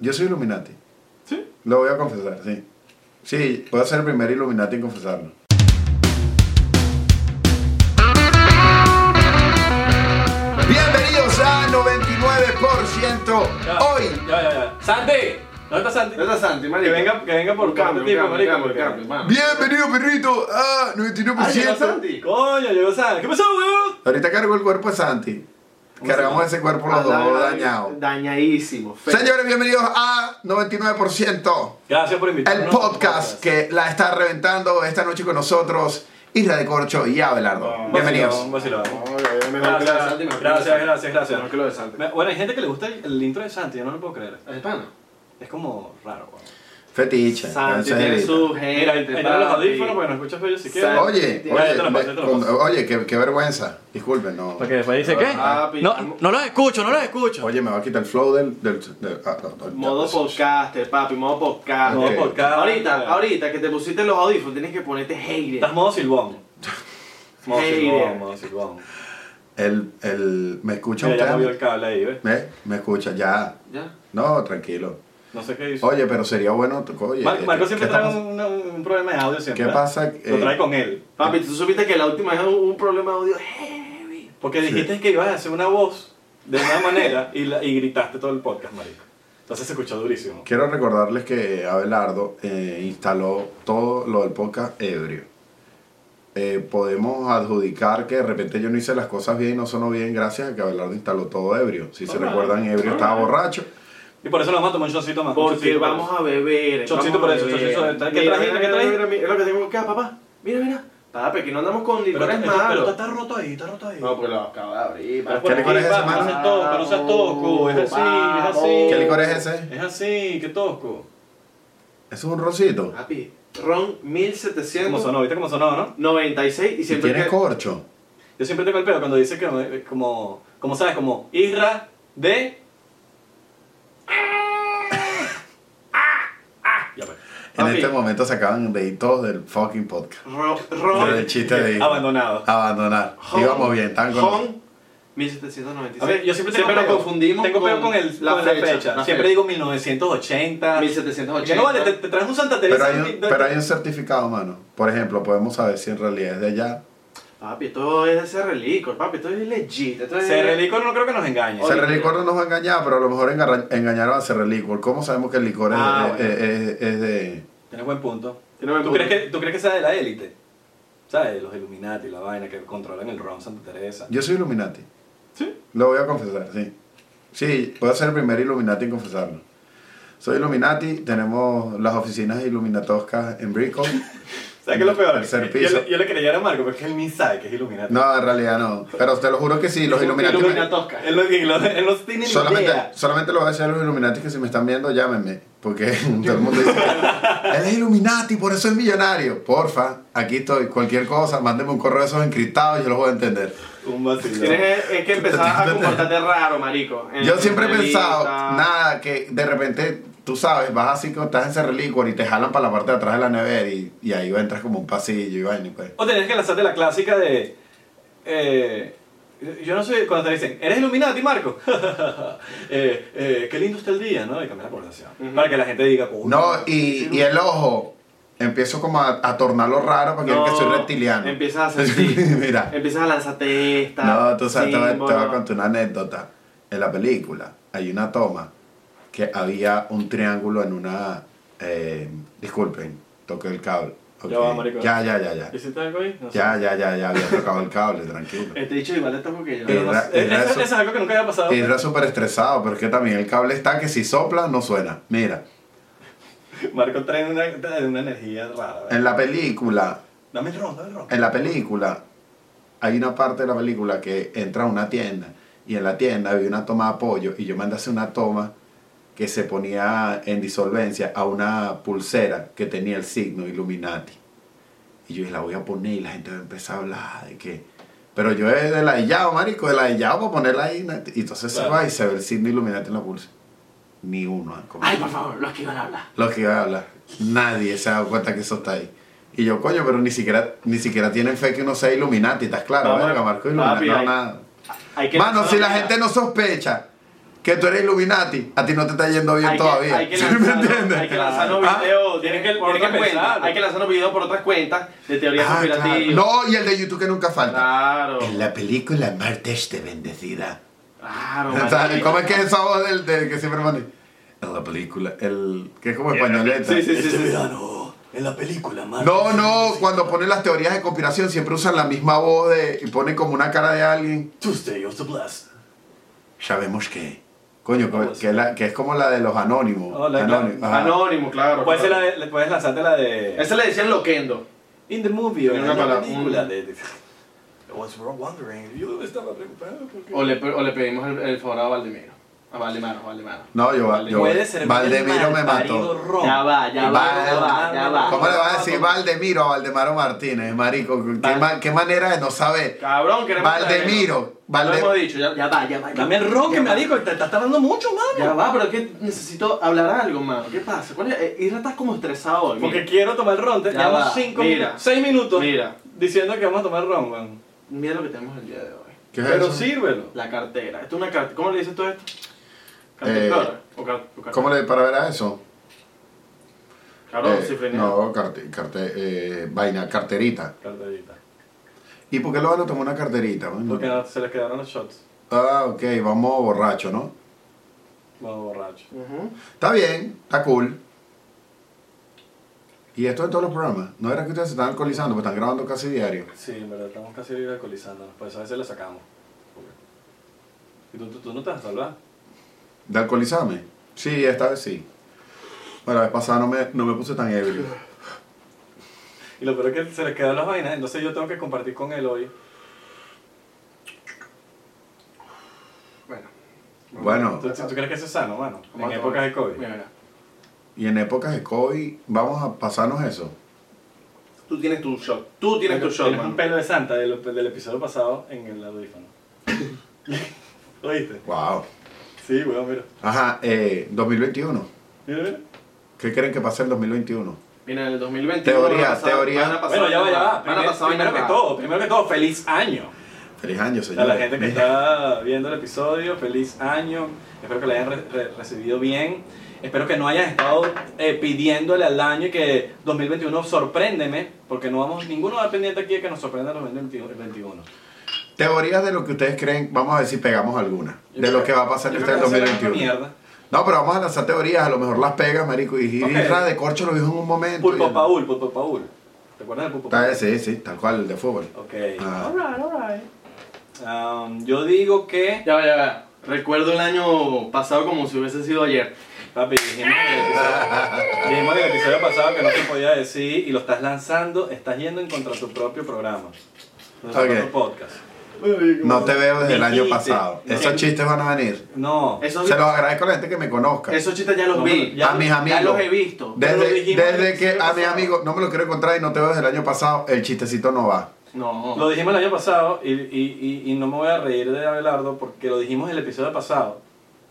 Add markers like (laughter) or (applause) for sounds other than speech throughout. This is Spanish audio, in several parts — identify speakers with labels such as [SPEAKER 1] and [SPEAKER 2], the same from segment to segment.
[SPEAKER 1] Yo soy Illuminati.
[SPEAKER 2] ¿Sí?
[SPEAKER 1] Lo voy a confesar, sí. Sí, voy a ser el primer Illuminati en confesarlo. Bienvenidos a 99%.
[SPEAKER 2] Ya,
[SPEAKER 1] Hoy
[SPEAKER 2] Ya, ya, ya. ¡Santi! ¿Dónde está Santi?
[SPEAKER 3] No está Santi, marico.
[SPEAKER 2] Que venga, que venga por
[SPEAKER 3] por cambio,
[SPEAKER 2] cambio,
[SPEAKER 3] cambio,
[SPEAKER 2] marico,
[SPEAKER 3] cambio,
[SPEAKER 2] porque-
[SPEAKER 3] cambio, vamos.
[SPEAKER 1] Bienvenido, perrito, a 99%.
[SPEAKER 3] Ah, llegó Santi.
[SPEAKER 2] Coño, llegó Santi. ¿Qué pasó, weón?
[SPEAKER 1] Ahorita cargo el cuerpo de Santi. Cargamos ese cuerpo
[SPEAKER 3] Ah,
[SPEAKER 1] los dos
[SPEAKER 3] Andaba
[SPEAKER 1] dañados.
[SPEAKER 3] Dañadísimo. feo.
[SPEAKER 1] Señores, bienvenidos a 99%.
[SPEAKER 2] Gracias por invitarme.
[SPEAKER 1] El podcast que la está reventando esta noche con nosotros, Isla de Corcho y Abelardo. Bienvenidos.
[SPEAKER 2] Un vacilón.
[SPEAKER 3] No, yo mejor que lo de
[SPEAKER 2] Gracias,
[SPEAKER 3] Santi, mejor que lo de
[SPEAKER 2] gracias,
[SPEAKER 3] Santi.
[SPEAKER 2] gracias, gracias.
[SPEAKER 3] Mejor que lo de Santi.
[SPEAKER 2] Me- Bueno, hay gente que le gusta el, el intro de Santi, yo no lo puedo creer.
[SPEAKER 3] ¿Es pana?
[SPEAKER 2] Es como raro, weón.
[SPEAKER 1] Fetiche.
[SPEAKER 3] Santi
[SPEAKER 1] en
[SPEAKER 3] tiene
[SPEAKER 1] serio.
[SPEAKER 3] su gente.
[SPEAKER 2] Mira, ahí ahí no los
[SPEAKER 3] papi.
[SPEAKER 2] audífonos porque no escuchas bello si
[SPEAKER 3] Santi.
[SPEAKER 2] quieres.
[SPEAKER 1] Oye,
[SPEAKER 3] Ya,
[SPEAKER 1] oye,
[SPEAKER 2] ya te lo paso,
[SPEAKER 1] ve-
[SPEAKER 2] ya te lo paso.
[SPEAKER 1] oye, qué, qué vergüenza. Disculpen, no.
[SPEAKER 2] Porque después dice, ¿qué?
[SPEAKER 3] Papi,
[SPEAKER 2] No, no los escucho, no los escucho.
[SPEAKER 1] Oye, me va a quitar el flow del. del- del- ah, no, no, ya,
[SPEAKER 3] Modo
[SPEAKER 1] pues.
[SPEAKER 3] podcaster, papi, modo podcast.
[SPEAKER 1] Modo
[SPEAKER 2] podcast.
[SPEAKER 3] Ahorita, ahorita que te pusiste los audífonos, tienes que ponerte hater.
[SPEAKER 2] Estás modo silbón. Modo
[SPEAKER 3] Hey,
[SPEAKER 2] silbón,
[SPEAKER 3] bien.
[SPEAKER 2] modo silbón.
[SPEAKER 1] El, el, ¿Me escucha
[SPEAKER 2] Mira, ya movió el
[SPEAKER 1] usted?
[SPEAKER 2] cable ahí, ¿ves?
[SPEAKER 1] ¿Me, me escucha, ya.
[SPEAKER 3] ¿Ya?
[SPEAKER 1] No, tranquilo.
[SPEAKER 2] No sé qué hizo.
[SPEAKER 1] Oye, pero sería bueno. tu- Oye,
[SPEAKER 2] Mar- Marco
[SPEAKER 1] ¿qué-
[SPEAKER 2] siempre
[SPEAKER 1] Eh, qué
[SPEAKER 2] trae
[SPEAKER 1] estamos-
[SPEAKER 2] un, un- un problema de audio siempre.
[SPEAKER 1] ¿Qué
[SPEAKER 2] ¿verdad?
[SPEAKER 1] pasa?
[SPEAKER 2] Lo
[SPEAKER 1] Eh,
[SPEAKER 2] trae con él.
[SPEAKER 3] Papi, tú supiste que la última vez hubo un problema de audio heavy.
[SPEAKER 2] Porque dijiste que ibas a hacer una voz de una manera y, la- y gritaste todo el podcast, marico. Entonces se escuchó durísimo.
[SPEAKER 1] Quiero recordarles que Abelardo eh, instaló todo lo del podcast ebrio. Eh, podemos adjudicar que de repente yo no hice las cosas bien y no sonó bien gracias a que Abelardo instaló todo ebrio. Si se
[SPEAKER 2] Alright,
[SPEAKER 1] recuerdan, ebrio estaba
[SPEAKER 2] alright.
[SPEAKER 1] borracho.
[SPEAKER 2] Y por eso nos vamos a tomar un shotcito más. un
[SPEAKER 3] Porque
[SPEAKER 2] shotcito,
[SPEAKER 3] vamos a beber. vamos a
[SPEAKER 2] Chocito por eso,
[SPEAKER 3] beber.
[SPEAKER 2] chocito de- ¿qué
[SPEAKER 3] Mira,
[SPEAKER 2] trajiste,
[SPEAKER 3] mira,
[SPEAKER 2] qué
[SPEAKER 3] mira,
[SPEAKER 2] trajiste?
[SPEAKER 3] mira, mira, Es lo que tengo acá, papá. Mira, mira. Papi, que no andamos con
[SPEAKER 2] Pero,
[SPEAKER 3] licores
[SPEAKER 2] esto- esto- pero
[SPEAKER 3] malos.
[SPEAKER 2] está roto ahí, está roto ahí.
[SPEAKER 3] No, pues lo acabo de abrir.
[SPEAKER 2] Pero
[SPEAKER 3] papi.
[SPEAKER 2] por
[SPEAKER 1] ¿Qué
[SPEAKER 2] ahí,
[SPEAKER 1] licor es ese,
[SPEAKER 2] papi,
[SPEAKER 1] mano?
[SPEAKER 2] No seas tosco, no seas tosco. Es así, es así.
[SPEAKER 3] Vamos.
[SPEAKER 1] ¿Qué licor es ese?
[SPEAKER 2] Es así, qué tosco.
[SPEAKER 1] ¿Eso es un rosito?
[SPEAKER 3] Papi, Ron
[SPEAKER 2] ¿Cómo
[SPEAKER 3] 1796
[SPEAKER 2] sonó? ¿Viste cómo sonó, no?
[SPEAKER 3] y
[SPEAKER 1] ¿Y
[SPEAKER 3] siempre
[SPEAKER 1] tiene
[SPEAKER 3] que...
[SPEAKER 1] corcho?
[SPEAKER 2] Yo siempre tengo el pedo cuando dice que eh, como, como sabes, como Isra de. Ya pues.
[SPEAKER 1] En
[SPEAKER 3] Papi.
[SPEAKER 1] este momento se acaban de ir todos del fucking podcast.
[SPEAKER 3] Ron,
[SPEAKER 1] Pero
[SPEAKER 3] Ron,
[SPEAKER 1] el chiste de
[SPEAKER 2] Abandonado.
[SPEAKER 1] abandonar.
[SPEAKER 3] Ron-
[SPEAKER 1] Íbamos bien, estaban con
[SPEAKER 3] Ron 1796.
[SPEAKER 2] A ver, yo siempre tengo
[SPEAKER 3] lo
[SPEAKER 2] peo.
[SPEAKER 3] confundimos
[SPEAKER 2] Tengo peo
[SPEAKER 3] con,
[SPEAKER 2] con, el,
[SPEAKER 3] la
[SPEAKER 2] con
[SPEAKER 3] fecha.
[SPEAKER 2] la fecha.
[SPEAKER 3] la fecha.
[SPEAKER 2] siempre digo 1980.
[SPEAKER 3] 1780.
[SPEAKER 2] Que no vale, te, te traes un Santa
[SPEAKER 1] Pero
[SPEAKER 2] Teresa.
[SPEAKER 1] hay,
[SPEAKER 2] de-
[SPEAKER 1] un,
[SPEAKER 2] de-
[SPEAKER 1] pero hay un certificado, mano. Por ejemplo, podemos saber si en realidad es de allá.
[SPEAKER 3] Papi, esto es de Cerro Licor, papi, esto es legit. Esto es...
[SPEAKER 2] Cerre Licor no creo que nos engañe.
[SPEAKER 3] Oye,
[SPEAKER 1] Cerre Licor no nos va a engañar, pero a lo mejor engarra- engañaron a Cerre Licor. ¿Cómo sabemos que el licor es,
[SPEAKER 3] Ah,
[SPEAKER 1] es- es- es de...?
[SPEAKER 2] Tienes buen punto.
[SPEAKER 3] Tiene buen
[SPEAKER 2] ¿Tú,
[SPEAKER 3] punto.
[SPEAKER 2] Crees que, ¿Tú crees que sea de la élite? ¿Sabes? Los Illuminati, la vaina que controlan el ron Santa Teresa.
[SPEAKER 1] Yo soy Illuminati.
[SPEAKER 2] ¿Sí?
[SPEAKER 1] Lo voy a confesar, sí. Sí, voy a ser el primer Illuminati en confesarlo. Soy Illuminati, tenemos las oficinas iluminatoscas en Brico.
[SPEAKER 2] ¿Sabes qué es lo peor?
[SPEAKER 1] Tercer
[SPEAKER 2] Yo,
[SPEAKER 1] Mm, piso.
[SPEAKER 2] le- yo le creyera a Marco, porque él ni sabe que es Illuminati.
[SPEAKER 1] No, en realidad no. Pero te lo juro que sí, los Illuminati... me-
[SPEAKER 3] Iluminatosca.
[SPEAKER 2] Él no, él no- él no tiene ni
[SPEAKER 1] Solamente,
[SPEAKER 2] idea.
[SPEAKER 1] solamente lo voy a decir a los Illuminati que si me están viendo, llámenme. Porque (laughs) todo el
[SPEAKER 2] (laughs)
[SPEAKER 1] mundo dice, él es Illuminati, por eso es millonario. Porfa, aquí estoy. Cualquier cosa, mándeme un correo de esos encriptados, yo los voy a entender.
[SPEAKER 2] Un vacilón.
[SPEAKER 3] Tienes es que empezar a comportarte raro, marico. En- ah.
[SPEAKER 1] Yo siempre he
[SPEAKER 3] en la
[SPEAKER 1] pensado,
[SPEAKER 3] lista.
[SPEAKER 1] nada, que de repente, tú sabes, vas así como estás en ese relicuor y te jalan para la parte de atrás de la nevera y, y ahí entras como un pasillo y vaina y pues.
[SPEAKER 2] O tenés que lanzarte la clásica de. eh, yo no sé, cuando te dicen, ¿eres Illuminati, Marco? (laughs) eh, eh, qué lindo está el día, ¿no? Y cambiar la conversación.
[SPEAKER 3] Ujú.
[SPEAKER 2] Para que la gente diga, "Coño".
[SPEAKER 1] No, y, y el ojo, empiezo como a, a tornarlo raro porque
[SPEAKER 3] No,
[SPEAKER 1] es que soy reptiliano.
[SPEAKER 3] Empiezas a sentir.
[SPEAKER 1] (laughs) Mira.
[SPEAKER 3] Empiezas a lanzarte esta.
[SPEAKER 1] No, tú sabes, te voy, a- te voy a
[SPEAKER 3] símbolo.
[SPEAKER 1] contar una anécdota. En la película hay una toma que había un triángulo en una... eh, disculpen, toqué el cable. Ok.
[SPEAKER 2] Ya va, marico.
[SPEAKER 1] ya, ya, ya, ya.
[SPEAKER 2] ¿Hiciste algo ahí? No sé.
[SPEAKER 1] Ya, ya, ya, ya había tocado el cable,
[SPEAKER 2] (laughs)
[SPEAKER 1] tranquilo.
[SPEAKER 3] Este dicho igual está porque yo.
[SPEAKER 1] Eh,
[SPEAKER 2] Pero no sé,
[SPEAKER 1] Irra- Irra-
[SPEAKER 2] eso, eso es algo que nunca había pasado.
[SPEAKER 1] Y era súper estresado, pero es que también el cable está que si sopla no suena. Mira,
[SPEAKER 2] Marco trae una, trae una energía rara. ¿verdad?
[SPEAKER 1] en la película,
[SPEAKER 2] Dame el ron, dame el ron.
[SPEAKER 1] en la película, hay una parte de la película que entra a una tienda y en la tienda había una toma de apoyo y yo mandé a hacer una toma que se ponía en disolvencia a una pulsera que tenía el signo Illuminati. Y yo dije, la voy a poner y la gente va a empezar a hablar de que... Pero yo he de la marico, de la para ponerla ahí. na- Y entonces se
[SPEAKER 2] Claro.
[SPEAKER 1] va y se ve el signo Illuminati en la pulsera. Ni uno. ha comentado.
[SPEAKER 3] Ay, por favor, los que iban a hablar.
[SPEAKER 1] los que iban a hablar. Nadie se ha dado cuenta que eso está ahí. Y yo, coño, pero ni siquiera, ni siquiera tienen fe que uno sea Illuminati, ¿estás claro?
[SPEAKER 3] Vamos,
[SPEAKER 1] Verga, Marco Illuminati.
[SPEAKER 3] papi,
[SPEAKER 1] no,
[SPEAKER 3] ahí.
[SPEAKER 1] nada.
[SPEAKER 3] Hay que
[SPEAKER 1] Mano, si la
[SPEAKER 3] Mira,
[SPEAKER 1] gente no sospecha que tú eres Illuminati, a ti no te está yendo bien
[SPEAKER 3] Hay que-
[SPEAKER 1] todavía.
[SPEAKER 3] hay que
[SPEAKER 1] ¿Sí me
[SPEAKER 3] lanzar-
[SPEAKER 1] entiendes?
[SPEAKER 3] Hay que lanzar los
[SPEAKER 1] Ah.
[SPEAKER 3] videos, tienen que,
[SPEAKER 2] Tienen que
[SPEAKER 3] por otras
[SPEAKER 2] pensar.
[SPEAKER 3] cuentas, Hay que lanzar los videos por otras cuentas de teorías
[SPEAKER 1] Ah, claro.
[SPEAKER 3] conspirativas.
[SPEAKER 1] No, y el de YouTube que nunca falta.
[SPEAKER 3] Claro.
[SPEAKER 1] En la película Martes de Bendecida.
[SPEAKER 3] Claro,
[SPEAKER 1] (laughs) ¿Sabes?
[SPEAKER 3] marico.
[SPEAKER 1] ¿Cómo es que es esa voz del, del que siempre pone? En la película, el que es como españoleta.
[SPEAKER 2] Sí, sí, sí,
[SPEAKER 4] Este
[SPEAKER 2] sí.
[SPEAKER 4] verano, en la película,
[SPEAKER 2] Ah,
[SPEAKER 4] Marta.
[SPEAKER 1] No, no, cuando ponen las teorías de conspiración siempre usan la misma voz de, y ponen como una cara de alguien.
[SPEAKER 4] Tuesday of the Blast.
[SPEAKER 1] Sabemos que. Coño,
[SPEAKER 2] ¿Cómo
[SPEAKER 1] que, que la- que es como la de los anónimos.
[SPEAKER 2] Oh, la- la-
[SPEAKER 1] Anónimos, ajá.
[SPEAKER 3] Anónimo, claro.
[SPEAKER 2] Puedes, ser la
[SPEAKER 3] claro.
[SPEAKER 2] de- le- puedes lanzarte la de.
[SPEAKER 3] Esa le decían loquendo.
[SPEAKER 2] In the movie, o
[SPEAKER 3] Tiene
[SPEAKER 2] en
[SPEAKER 3] una
[SPEAKER 2] la
[SPEAKER 3] palabra-
[SPEAKER 2] película.
[SPEAKER 3] un-
[SPEAKER 2] de- de-
[SPEAKER 4] I was wondering. Yo estaba preocupado porque.
[SPEAKER 5] O le, o le pedimos el, el favor a Valdemiro. A Valdemaro, a Valdemaro.
[SPEAKER 1] No, yo, yo
[SPEAKER 2] Puede ser.
[SPEAKER 1] Valdemiro me
[SPEAKER 2] malparido
[SPEAKER 1] mató.
[SPEAKER 2] ron.
[SPEAKER 3] va,
[SPEAKER 1] va, ya
[SPEAKER 2] va, ya va.
[SPEAKER 1] ¿Cómo le vas a decir Valdemiro a Valdemaro Martínez, marico? ¿Qué,
[SPEAKER 2] Val-
[SPEAKER 1] ma- qué manera de no saber?
[SPEAKER 3] Cabrón, queremos.
[SPEAKER 1] Valdemiro.
[SPEAKER 3] Lo
[SPEAKER 1] Valde-
[SPEAKER 3] hemos dicho, ya, ya va, ya va.
[SPEAKER 2] Dame el ron que me dijo, te estás tardando mucho, mano.
[SPEAKER 5] Ya va, pero es que necesito hablar algo, mano. ¿Qué pasa? ¿Cuál es? Eh, Isra está como estresado hoy. mira.
[SPEAKER 2] Porque quiero tomar ron. Te
[SPEAKER 5] Ya
[SPEAKER 2] llevamos
[SPEAKER 5] va,
[SPEAKER 2] 5
[SPEAKER 3] mira.
[SPEAKER 2] minutos. 6 minutos
[SPEAKER 3] Mira.
[SPEAKER 2] diciendo que vamos a tomar ron, man.
[SPEAKER 5] Mira lo que tenemos el día de hoy.
[SPEAKER 1] ¿Qué es
[SPEAKER 2] Pero
[SPEAKER 1] eso?
[SPEAKER 2] sírvelo.
[SPEAKER 5] La cartera.
[SPEAKER 3] Esto es una carta. ¿Cómo le dices tú a esto?
[SPEAKER 1] Eh,
[SPEAKER 3] Carta o car- o carta.
[SPEAKER 1] ¿Cómo le para ver a eso?
[SPEAKER 3] Cabrón,
[SPEAKER 1] Eh,
[SPEAKER 3] cifrineo.
[SPEAKER 1] no, carte- carte- eh, vaina, carterita.
[SPEAKER 2] Carterita.
[SPEAKER 1] ¿Y por qué lo van a tomar una carterita? man?
[SPEAKER 2] Porque no, se les quedaron los shots.
[SPEAKER 1] Ah, ok, vamos borracho, ¿no?
[SPEAKER 2] Vamos borracho.
[SPEAKER 3] Ujú.
[SPEAKER 1] Está bien, está cool. Y esto en todos los programas. No era que ustedes se están alcoholizando, pues están grabando casi diario.
[SPEAKER 2] Sí, en verdad, estamos casi alcoholizándonos. Por eso a veces le sacamos. Y tú, tú, tú no te vas a salvar.
[SPEAKER 1] ¿De alcoholizarme? Sí, esta vez sí. Bueno, la vez pasada no me, no me puse tan ebrio.
[SPEAKER 2] Y lo peor es que se les quedaron las vainas, entonces yo tengo que compartir con él hoy.
[SPEAKER 5] Bueno.
[SPEAKER 1] Bueno,
[SPEAKER 2] ¿Tú, tú- tú crees que eso es sano, mano? En
[SPEAKER 5] a
[SPEAKER 2] épocas
[SPEAKER 5] tomar-
[SPEAKER 2] de COVID.
[SPEAKER 5] Mira, mira.
[SPEAKER 1] y en épocas de COVID, vamos a pasarnos eso.
[SPEAKER 3] Tú tienes tu shot. Tú tienes tu shot,
[SPEAKER 2] Tienes
[SPEAKER 3] mano.
[SPEAKER 2] un pelo de santa del, del episodio pasado en
[SPEAKER 3] (laughs)
[SPEAKER 2] el audífono. ¿Oíste?
[SPEAKER 1] Wow.
[SPEAKER 2] Sí, weón, mira.
[SPEAKER 1] Ajá, eh, 2021.
[SPEAKER 2] Mira, mira.
[SPEAKER 1] ¿Qué creen que pase el 2021?
[SPEAKER 5] Mira, en el 2020.
[SPEAKER 1] Teoría, teoría.
[SPEAKER 2] Bueno, ya va, ya va.
[SPEAKER 3] Van a
[SPEAKER 2] Primer-
[SPEAKER 3] pasar
[SPEAKER 2] primero que
[SPEAKER 3] vainas raras.
[SPEAKER 2] todo, primero que todo, feliz año.
[SPEAKER 1] Feliz año,
[SPEAKER 2] A
[SPEAKER 1] señores.
[SPEAKER 2] la gente que
[SPEAKER 1] Mira,
[SPEAKER 2] está viendo el episodio, feliz año. Espero que lo hayan re- re- recibido bien. Espero que no hayan estado eh, pidiéndole al año y que 2021 sorpréndeme, porque no vamos, ninguno va pendiente aquí de que nos sorprenda el 2021.
[SPEAKER 1] Teorías de lo que ustedes creen, vamos a ver si pegamos alguna.
[SPEAKER 2] Yo
[SPEAKER 1] De
[SPEAKER 2] creo-
[SPEAKER 1] lo que va a
[SPEAKER 2] Yo
[SPEAKER 1] pasar en este
[SPEAKER 2] creo que va a ser la misma
[SPEAKER 1] 2021.
[SPEAKER 2] mierda.
[SPEAKER 1] No, pero vamos a lanzar teorías, a lo mejor las pegas, marico. Y
[SPEAKER 2] Ok.
[SPEAKER 1] Isra de Corcho lo dijo en un momento.
[SPEAKER 2] Pulpo
[SPEAKER 1] y-
[SPEAKER 2] Paul, Pulpo Paul. ¿Te acuerdas del Pulpo
[SPEAKER 1] Está
[SPEAKER 2] Paul?
[SPEAKER 1] ese, sí, tal cual, el de fútbol.
[SPEAKER 2] Ok.
[SPEAKER 1] Ah.
[SPEAKER 2] Alright, alright. Um, yo digo que.
[SPEAKER 5] Ya va, ya va. Recuerdo el año pasado como si hubiese sido ayer.
[SPEAKER 2] Papi, dijimos en el episodio- dijimos en el episodio pasado que no te podía decir y lo estás lanzando, estás yendo en contra de tu propio programa. De tu
[SPEAKER 1] Ok.
[SPEAKER 2] propio podcast.
[SPEAKER 1] No te veo desde el año
[SPEAKER 2] Dijiste.
[SPEAKER 1] pasado.
[SPEAKER 2] No.
[SPEAKER 1] Esos chistes van a venir.
[SPEAKER 2] No.
[SPEAKER 3] Esos,
[SPEAKER 1] Se los agradezco a la gente que me conozca.
[SPEAKER 3] esos chistes ya los
[SPEAKER 2] No,
[SPEAKER 3] vi.
[SPEAKER 2] pero ya-
[SPEAKER 1] a mis amigos.
[SPEAKER 3] ya los he visto.
[SPEAKER 2] pero lo
[SPEAKER 1] Desde,
[SPEAKER 2] dijimos
[SPEAKER 1] desde
[SPEAKER 2] el
[SPEAKER 1] que
[SPEAKER 2] episodio
[SPEAKER 1] a mis
[SPEAKER 2] pasado.
[SPEAKER 1] amigos no me lo quiero encontrar y no te veo desde el año pasado, el chistecito no va.
[SPEAKER 5] No.
[SPEAKER 2] Lo dijimos el año pasado y, y- y- y no me voy a reír de Abelardo porque lo dijimos el episodio pasado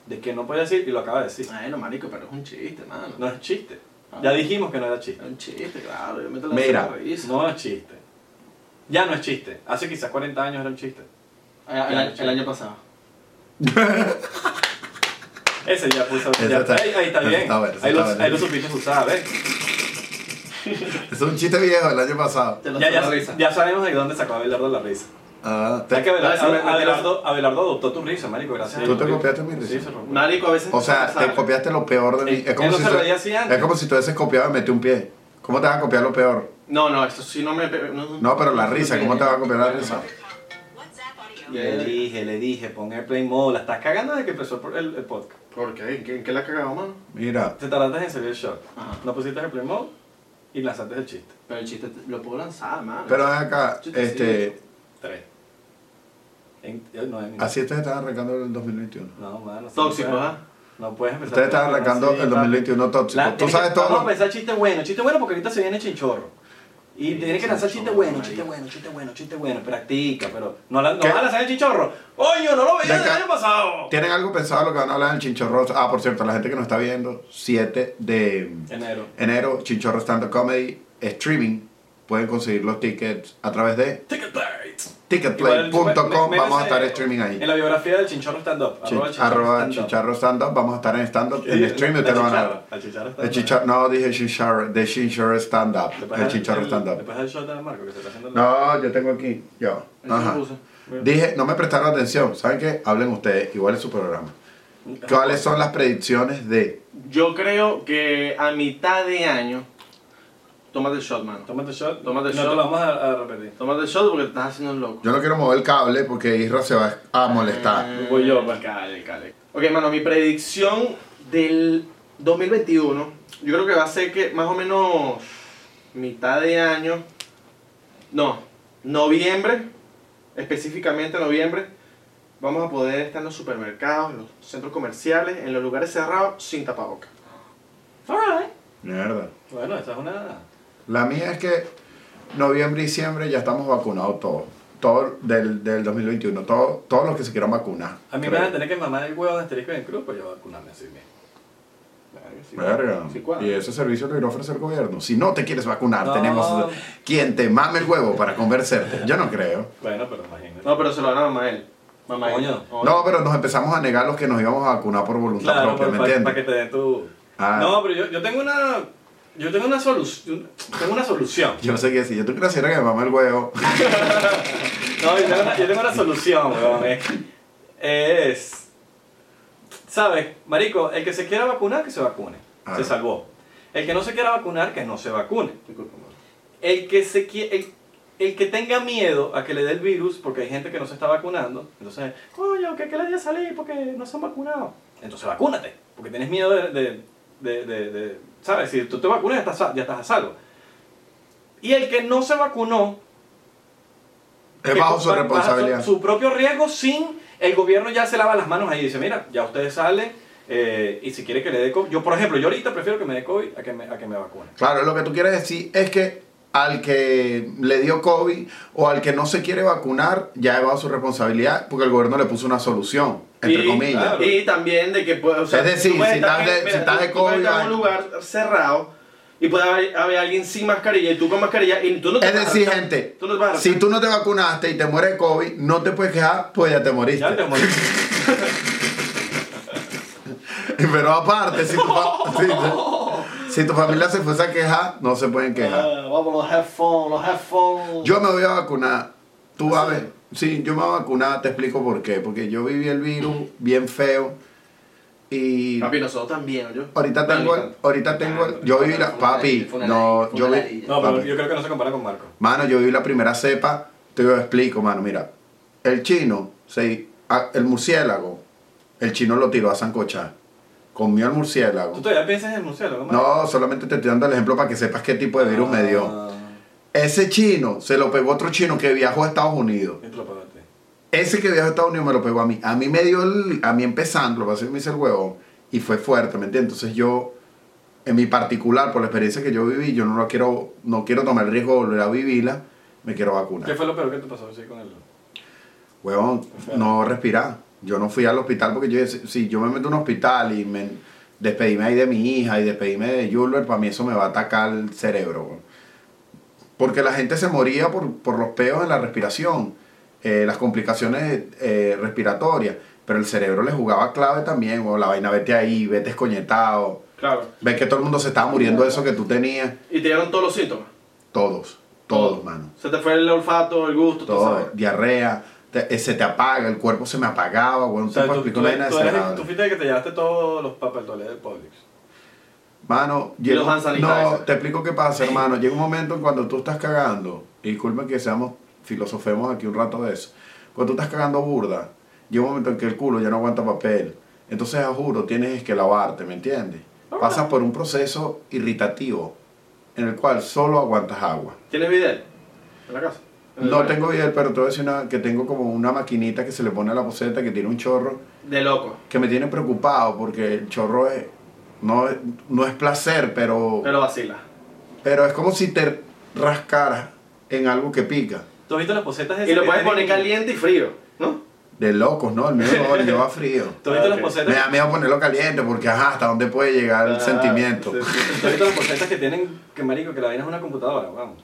[SPEAKER 2] de que no podía decir y lo acaba de decir.
[SPEAKER 5] Bueno, marico, pero es un chiste, mano.
[SPEAKER 2] No es chiste. Ya dijimos que no era chiste.
[SPEAKER 5] Es un chiste, claro. Yo meto la
[SPEAKER 1] Mira.
[SPEAKER 5] sonrisa.
[SPEAKER 2] No es chiste. Ya no es chiste. Hace quizás 40 años era un chiste.
[SPEAKER 5] Ah, El, el año pasado.
[SPEAKER 2] Ese ya puso.
[SPEAKER 1] Ese
[SPEAKER 2] ya-
[SPEAKER 1] está-
[SPEAKER 2] ahí, ahí está
[SPEAKER 1] ese
[SPEAKER 2] bien.
[SPEAKER 1] está bueno, ese
[SPEAKER 2] ahí,
[SPEAKER 1] está
[SPEAKER 2] lo,
[SPEAKER 1] bueno.
[SPEAKER 2] ahí lo supiste usar, ¿ves?
[SPEAKER 1] Es un chiste viejo del año pasado.
[SPEAKER 5] Te la
[SPEAKER 2] Ya,
[SPEAKER 5] sonrisa.
[SPEAKER 2] ya, ya sabemos de dónde sacó Abelardo la risa.
[SPEAKER 1] Ah, te-
[SPEAKER 2] Es que Abelardo,
[SPEAKER 5] No, ese me-
[SPEAKER 2] Abelardo- Abelardo- Abelardo adoptó tu risa, marico, gracias.
[SPEAKER 1] ¿Tú te copiaste mi risa?
[SPEAKER 2] Sí, se robó.
[SPEAKER 3] Marico, a veces.
[SPEAKER 1] o sea,
[SPEAKER 3] sale.
[SPEAKER 1] te copiaste lo peor de mí.
[SPEAKER 2] Él-
[SPEAKER 1] Es como,
[SPEAKER 2] él no
[SPEAKER 1] si
[SPEAKER 2] Eh, se
[SPEAKER 1] tú-
[SPEAKER 2] reía así antes.
[SPEAKER 1] es como si tú hubieses copiado y metí un pie. ¿Cómo te vas a copiar lo peor?
[SPEAKER 3] No, no, eso sí no me. pe- No,
[SPEAKER 1] No, pero la risa, ¿cómo te vas a copiar la
[SPEAKER 5] Bueno,
[SPEAKER 1] risa?
[SPEAKER 5] Ya,
[SPEAKER 2] Le
[SPEAKER 5] ya.
[SPEAKER 2] dije, le dije, pon Airplane Mode. La estás cagando desde que empezó el, el podcast.
[SPEAKER 3] ¿Por qué? ¿En qué, en qué la has cagado, mano?
[SPEAKER 1] Mira,
[SPEAKER 2] Te tardaste en salir el shot.
[SPEAKER 5] Ajá.
[SPEAKER 2] No pusiste Airplane Mode y lanzaste el chiste.
[SPEAKER 5] Pero el chiste te- lo puedo lanzar, mano.
[SPEAKER 1] pero ven acá, este,
[SPEAKER 2] Tres. En- eh, no, en-
[SPEAKER 1] así ustedes están arrancando el 2021.
[SPEAKER 2] No, mano. sí,
[SPEAKER 3] Tóxico,
[SPEAKER 2] no puedes-
[SPEAKER 3] ¿ah?
[SPEAKER 2] No puedes empezar.
[SPEAKER 1] Ustedes están arrancando
[SPEAKER 2] así,
[SPEAKER 1] el
[SPEAKER 2] papi.
[SPEAKER 1] 2021 tóxico.
[SPEAKER 2] La-
[SPEAKER 1] tú
[SPEAKER 2] tienes
[SPEAKER 1] sabes
[SPEAKER 2] que-
[SPEAKER 1] todo
[SPEAKER 2] Vamos a
[SPEAKER 1] lo
[SPEAKER 2] pensar chiste bueno, chiste bueno porque ahorita se viene chinchorro. Y
[SPEAKER 5] Sí,
[SPEAKER 2] tienes que lanzar chiste
[SPEAKER 5] chinchorro,
[SPEAKER 2] bueno,
[SPEAKER 5] marico.
[SPEAKER 2] chiste bueno, chiste bueno, chiste bueno. Practica, pero no, la, no
[SPEAKER 1] ¿Qué?
[SPEAKER 2] vas a lanzar el chinchorro. ¡Oye, no lo veía
[SPEAKER 1] Ven
[SPEAKER 2] desde el
[SPEAKER 1] acá.
[SPEAKER 2] año pasado!
[SPEAKER 1] ¿Tienen algo pensado de lo que van a hablar en Chinchorro? Ah, por cierto, la gente que nos está viendo, 7 de
[SPEAKER 2] Enero.
[SPEAKER 1] enero, Chinchorro Stand Up Comedy, streaming. Pueden conseguir los tickets a través de
[SPEAKER 2] Ticket Play.
[SPEAKER 1] Ticketplay.com,
[SPEAKER 2] Igual,
[SPEAKER 1] vamos a estar
[SPEAKER 2] métase
[SPEAKER 1] streaming
[SPEAKER 2] En
[SPEAKER 1] ahí.
[SPEAKER 2] la biografía del Chinchorro Stand Up.
[SPEAKER 1] Chi- Arroba Chicharro Stand Up, vamos a estar en stand up, en streaming te lo van a ver.
[SPEAKER 2] El Chinchorro Stand
[SPEAKER 1] El
[SPEAKER 2] Up.
[SPEAKER 1] chichar- no, dije Chicharro, de Chicharro Stand Up,
[SPEAKER 2] Después
[SPEAKER 1] el
[SPEAKER 2] del-
[SPEAKER 1] Chicharro
[SPEAKER 2] del-
[SPEAKER 1] Stand Up.
[SPEAKER 2] Después del shot de Marco que se está haciendo. el-
[SPEAKER 1] No, yo tengo aquí, yo.
[SPEAKER 2] Eso
[SPEAKER 1] Ajá.
[SPEAKER 2] lo puse.
[SPEAKER 1] Dije, no me prestaron atención, ¿saben qué? Hablen ustedes, igual es su programa. ¿Cuáles son las predicciones de
[SPEAKER 5] Yo creo que a mitad de año. Tómate el shot, mano.
[SPEAKER 2] Tómate el shot.
[SPEAKER 5] Tómate el
[SPEAKER 2] no
[SPEAKER 5] shot.
[SPEAKER 2] te lo vamos a, a repetir.
[SPEAKER 5] Tómate el shot porque te estás haciendo el loco.
[SPEAKER 1] Yo no quiero mover el cable porque Isra se va a molestar.
[SPEAKER 5] Ah,
[SPEAKER 2] Voy yo, pues.
[SPEAKER 5] Cale, cale. Ok, mano, mi predicción del 2021, yo creo que va a ser que más o menos mitad de año, no, noviembre, específicamente noviembre, vamos a poder estar en los supermercados, en los centros comerciales, en los lugares cerrados, sin tapabocas.
[SPEAKER 2] Alright.
[SPEAKER 1] Mierda.
[SPEAKER 2] Bueno, esta es una.
[SPEAKER 1] La mía es que noviembre y diciembre ya estamos vacunados todos. Todo del, del 2021, todo- todos los que se quieran vacunar.
[SPEAKER 2] A mí me van a tener que mamar el huevo de asterisco en el club, pues yo voy a vacunarme así mismo.
[SPEAKER 1] Verga.
[SPEAKER 5] Sí, cuadra.
[SPEAKER 1] y ese servicio lo irá a ofrecer el gobierno. Si no te quieres vacunar,
[SPEAKER 2] No.
[SPEAKER 1] tenemos quien te mame el huevo para convencerte. Yo no creo.
[SPEAKER 2] Bueno, pero imagínate.
[SPEAKER 5] No, pero se lo van a mamá él. Mamá él.
[SPEAKER 2] Coño.
[SPEAKER 1] No, pero nos empezamos a negar los que nos íbamos a vacunar por voluntad
[SPEAKER 2] Claro,
[SPEAKER 1] propia, ¿me
[SPEAKER 2] para,
[SPEAKER 1] entiendes?
[SPEAKER 2] que te den tu.
[SPEAKER 1] Ah.
[SPEAKER 2] No, pero yo, yo tengo una. Yo tengo una solución. Tengo una solución.
[SPEAKER 1] Yo sé que si yo tú quisieras que me mame el huevo,
[SPEAKER 2] No, yo tengo una, yo tengo una solución, weón. eh. Es. ¿Sabes? Marico, el que se quiera vacunar, que se vacune.
[SPEAKER 1] Ah.
[SPEAKER 2] Se salvó. El que no se quiera vacunar, que no se vacune.
[SPEAKER 5] Disculpa, mano.
[SPEAKER 2] El que, se, qui- el, el que tenga miedo a que le dé el virus, porque hay gente que no se está vacunando, entonces, coño, que, que le haya salir porque no se han vacunado. Entonces vacúnate, porque tienes miedo de, de, de- de- de- ¿sabes? Si tú te vacunas ya estás, a- ya estás a salvo. Y el que no se vacunó,
[SPEAKER 1] es
[SPEAKER 2] que
[SPEAKER 1] bajo
[SPEAKER 2] co-
[SPEAKER 5] (laughs)
[SPEAKER 1] su
[SPEAKER 2] ba- bajo
[SPEAKER 1] responsabilidad.
[SPEAKER 2] su, su propio riesgo sin el gobierno ya se lava las manos ahí y dice, mira, ya ustedes salen eh, y si quiere que le dé COVID, yo por ejemplo, yo ahorita prefiero que me dé COVID a que me, a que me vacune.
[SPEAKER 1] Claro, lo que tú quieres decir es que al que le dio COVID o al que no se quiere vacunar, ya es bajo su responsabilidad porque el gobierno le puso una solución, entre
[SPEAKER 5] y,
[SPEAKER 1] comillas.
[SPEAKER 2] claro.
[SPEAKER 5] Y también de que puede, o sea,
[SPEAKER 1] Es decir,
[SPEAKER 5] tú puedes
[SPEAKER 1] si
[SPEAKER 5] estar
[SPEAKER 1] estás de-
[SPEAKER 5] en-
[SPEAKER 1] si estás de
[SPEAKER 5] tú puedes estar en
[SPEAKER 1] COVID,
[SPEAKER 5] un lugar cerrado y puede haber, haber alguien sin mascarilla y tú con mascarilla y tú no te
[SPEAKER 1] Es
[SPEAKER 5] vas a
[SPEAKER 1] decir,
[SPEAKER 5] arrastrar.
[SPEAKER 1] gente,
[SPEAKER 5] tú no te vas a
[SPEAKER 1] si
[SPEAKER 5] arrastrar.
[SPEAKER 1] tú no te vacunaste y te mueres de COVID, no te puedes quejar, pues ya te moriste.
[SPEAKER 2] Ya
[SPEAKER 1] (laughs)
[SPEAKER 2] te moriste.
[SPEAKER 1] (laughs) Pero aparte, si tu,
[SPEAKER 5] (laughs)
[SPEAKER 1] fa- si- si tu familia se fuese a quejar, no se pueden quejar.
[SPEAKER 5] Ah, vamos, los headphones, los headphones.
[SPEAKER 1] Yo me voy a vacunar. Tú vas a ver. Sí, yo me voy a vacunar, te explico por qué. Porque yo viví el virus bien feo. Y
[SPEAKER 5] Papi, nosotros también, yo.
[SPEAKER 1] ahorita tengo el, ahorita tengo el- yo viví la papi, no, yo vi,
[SPEAKER 2] No, pero
[SPEAKER 1] papi.
[SPEAKER 2] yo creo que no se compara con Marco.
[SPEAKER 1] mano, yo viví la primera cepa, te lo explico, mano, mira, el chino, se- a- el murciélago, el chino lo tiró a sancochar, comió el murciélago,
[SPEAKER 2] ¿Tú todavía piensas en el murciélago?
[SPEAKER 1] no, solamente te estoy dando el ejemplo para que sepas qué tipo de virus me
[SPEAKER 2] Ah.
[SPEAKER 1] dio, ese chino se lo pegó otro chino que viajó a Estados Unidos,
[SPEAKER 2] Y te lo pagaste.
[SPEAKER 1] Ese que viajó a Estados Unidos me lo pegó a mí. A mí me dio el- a mí empezando, lo que pasa es que me hice el huevón y fue fuerte, ¿me entiendes? Entonces yo, en mi particular, por la experiencia que yo viví, yo no lo quiero, no quiero tomar el riesgo de volver a vivirla, me quiero
[SPEAKER 2] ¿Qué
[SPEAKER 1] vacunar.
[SPEAKER 2] fue lo peor que te pasó así con el
[SPEAKER 1] Huevón, no respirar. Yo no fui al hospital porque yo, si si yo me meto en un hospital y me despedíme ahí de mi hija y despedíme de Julber, para mí eso me va a atacar el cerebro. huevón. Porque la gente se moría por, por los peos en la respiración, eh, las complicaciones eh, respiratorias, pero el cerebro le jugaba clave también, o la vaina, vete ahí, vete escoñetado,
[SPEAKER 5] Claro.
[SPEAKER 1] ves que todo el mundo se estaba muriendo de eso que tú tenías,
[SPEAKER 5] Y te dieron todos los síntomas.
[SPEAKER 1] todos, todos, mano.
[SPEAKER 5] Se te fue el olfato, el gusto, todo.
[SPEAKER 1] todo, diarrea, te- eh, se te apaga, el cuerpo se me apagaba, bueno,
[SPEAKER 2] O sea, tú,
[SPEAKER 1] tú,
[SPEAKER 2] tú,
[SPEAKER 1] una vaina
[SPEAKER 2] tú eres-
[SPEAKER 1] desagradable.
[SPEAKER 2] tú fuiste el que te llevaste todos los papeles del Publix.
[SPEAKER 1] Mano,
[SPEAKER 5] Y los
[SPEAKER 1] no,
[SPEAKER 5] hand sanitizer.
[SPEAKER 1] te explico qué pasa, hermano. Llega un momento en cuando tú estás cagando, y disculpen que seamos, filosofemos aquí un rato de eso. Cuando tú estás cagando burda, llega un momento en que el culo ya no aguanta papel. Entonces, a juro, tienes que lavarte, ¿me entiendes? Pasas por un proceso irritativo en el cual solo aguantas agua.
[SPEAKER 5] ¿Tienes video? ¿En la casa? Eh, ¿En el
[SPEAKER 1] No
[SPEAKER 5] baño?
[SPEAKER 1] tengo bien, pero te voy a decir una, que tengo como una maquinita que se le pone a la poseta que tiene un chorro
[SPEAKER 5] De loco.
[SPEAKER 1] que me tiene preocupado porque el chorro es, no, es- no es placer, pero, pero,
[SPEAKER 5] Pero vacila.
[SPEAKER 1] es como si te rascaras en algo que pica.
[SPEAKER 2] ¿Tú has visto las posetas esas
[SPEAKER 5] Y lo
[SPEAKER 2] que
[SPEAKER 5] puedes
[SPEAKER 2] tienen-
[SPEAKER 5] poner caliente y frío, ¿no?
[SPEAKER 1] De locos, ¿no? El mío no, el mío va frío.
[SPEAKER 2] ¿Tú has visto
[SPEAKER 5] Ah,
[SPEAKER 2] las
[SPEAKER 5] ok.
[SPEAKER 1] Me
[SPEAKER 2] posetas?
[SPEAKER 1] da miedo ponerlo caliente porque, ajá, ¿hasta dónde puede llegar el
[SPEAKER 5] Ah,
[SPEAKER 1] sentimiento?
[SPEAKER 5] sí, sí.
[SPEAKER 2] ¿Tú has visto las posetas que tienen, que marico, que la vaina es una computadora, vamos?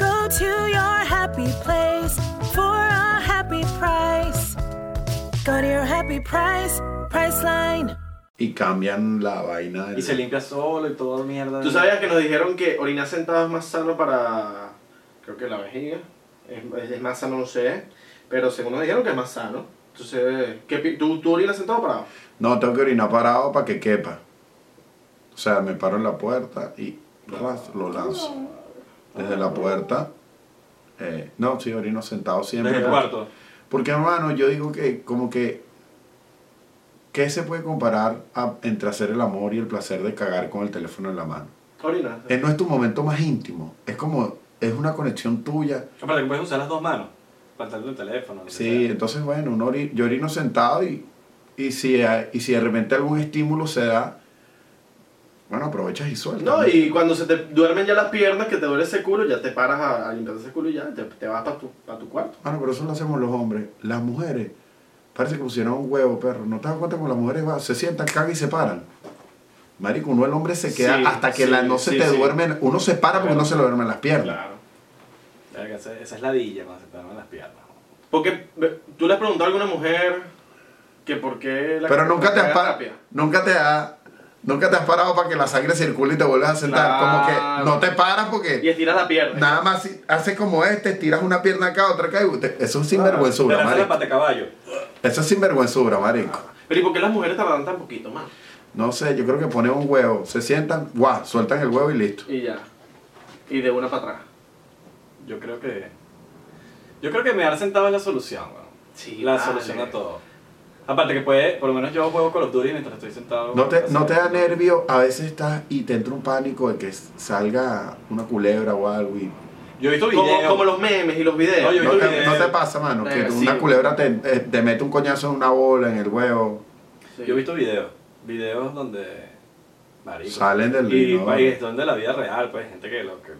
[SPEAKER 6] Go to your happy place for a happy price. Go to your happy price, Priceline.
[SPEAKER 1] Y cambian la vaina. del-
[SPEAKER 2] Y se limpia solo y todo mierda.
[SPEAKER 5] ¿Tú sabías que nos dijeron que orinar sentado es más sano para. Creo que la vejiga? Es, es- es más sano, no sé. Pero según nos dijeron que es más sano. Entonces, ¿qué, pi- ¿tú, ¿tú orinas sentado o parado?
[SPEAKER 1] No, tengo que orinar parado para que quepa. O sea, me paro en la puerta y ras- lo lanzo. Desde la puerta. eh, no, sí, orino sentado siempre.
[SPEAKER 2] Desde el cuarto.
[SPEAKER 1] Porque, hermano, yo digo que como que... ¿Qué se puede comparar a- entre hacer el amor y el placer de cagar con el teléfono en la mano?
[SPEAKER 5] Orinas.
[SPEAKER 1] Eh, no es tu momento más íntimo. Es como... Es una conexión tuya.
[SPEAKER 2] Aparte que puedes usar las dos manos. Faltando el teléfono. lo que
[SPEAKER 1] Sí,
[SPEAKER 2] sea.
[SPEAKER 1] entonces, bueno, uno ori- yo orino sentado y, y, si, eh, y si de repente algún estímulo se da, bueno, aprovechas y sueltas.
[SPEAKER 5] No, y cuando se te duermen ya las piernas, que te duele ese culo, ya te paras a, a limpiar ese culo y ya te, te vas para tu, pa' tu cuarto.
[SPEAKER 1] Mano, Ah, pero eso lo hacemos los hombres. Las mujeres, parece que pusieron un huevo, perro. ¿No te das cuenta cómo las mujeres va? se sientan, cagan y se paran? Marico, uno el hombre se queda
[SPEAKER 5] Sí,
[SPEAKER 1] hasta que
[SPEAKER 5] sí,
[SPEAKER 1] la, no se
[SPEAKER 5] sí,
[SPEAKER 1] te
[SPEAKER 5] sí.
[SPEAKER 1] duermen, uno se para porque
[SPEAKER 5] Claro.
[SPEAKER 1] no se le duermen las piernas.
[SPEAKER 2] Verga, esa, esa es la dilla cuando se te dan las piernas.
[SPEAKER 5] Porque ve, tú le has preguntado a alguna mujer que por qué la
[SPEAKER 1] Pero nunca te, has
[SPEAKER 5] caga
[SPEAKER 1] pa-
[SPEAKER 5] rápida.
[SPEAKER 1] nunca te ha- nunca te has parado para que la sangre circule y te vuelvas a sentar.
[SPEAKER 5] Claro.
[SPEAKER 1] Como que no te paras
[SPEAKER 5] Y
[SPEAKER 1] porque
[SPEAKER 5] estiras la pierna.
[SPEAKER 1] nada más si- haces como este, tiras una pierna acá, otra acá y te- eso es sinvergüenzura,
[SPEAKER 2] Pero la
[SPEAKER 1] marico.
[SPEAKER 2] pata caballo.
[SPEAKER 1] Eso es sinvergüenzura, marico.
[SPEAKER 5] Pero ¿y por qué las mujeres tardan tan poquito más?
[SPEAKER 1] No sé, yo creo que ponen un huevo, se sientan, guau, sueltan el huevo y listo.
[SPEAKER 5] Y ya. Y de una para atrás.
[SPEAKER 2] Yo creo que. Yo creo que mear sentado es la solución, weón.
[SPEAKER 5] Sí,
[SPEAKER 2] La
[SPEAKER 5] vale.
[SPEAKER 2] solución a todo. Aparte que puede, por lo menos yo juego Call of Duty mientras estoy sentado.
[SPEAKER 1] ¿No te, no te da nervio? A veces estás y te entra un pánico de que s- salga una culebra o algo y...
[SPEAKER 2] Yo he visto
[SPEAKER 5] Como,
[SPEAKER 2] videos.
[SPEAKER 5] como los memes y los videos.
[SPEAKER 2] No, yo-
[SPEAKER 1] ¿No te,
[SPEAKER 2] olvidé.
[SPEAKER 1] no te pasa, mano? Que
[SPEAKER 5] Eh,
[SPEAKER 1] una
[SPEAKER 5] sí.
[SPEAKER 1] culebra te, eh, te mete un coñazo en una bola, en el huevo.
[SPEAKER 5] Sí.
[SPEAKER 2] Yo he visto videos. Videos donde. marico,
[SPEAKER 1] Salen del
[SPEAKER 2] Y
[SPEAKER 1] inodoro.
[SPEAKER 2] país, son de la vida real, pues, gente que, lo, que,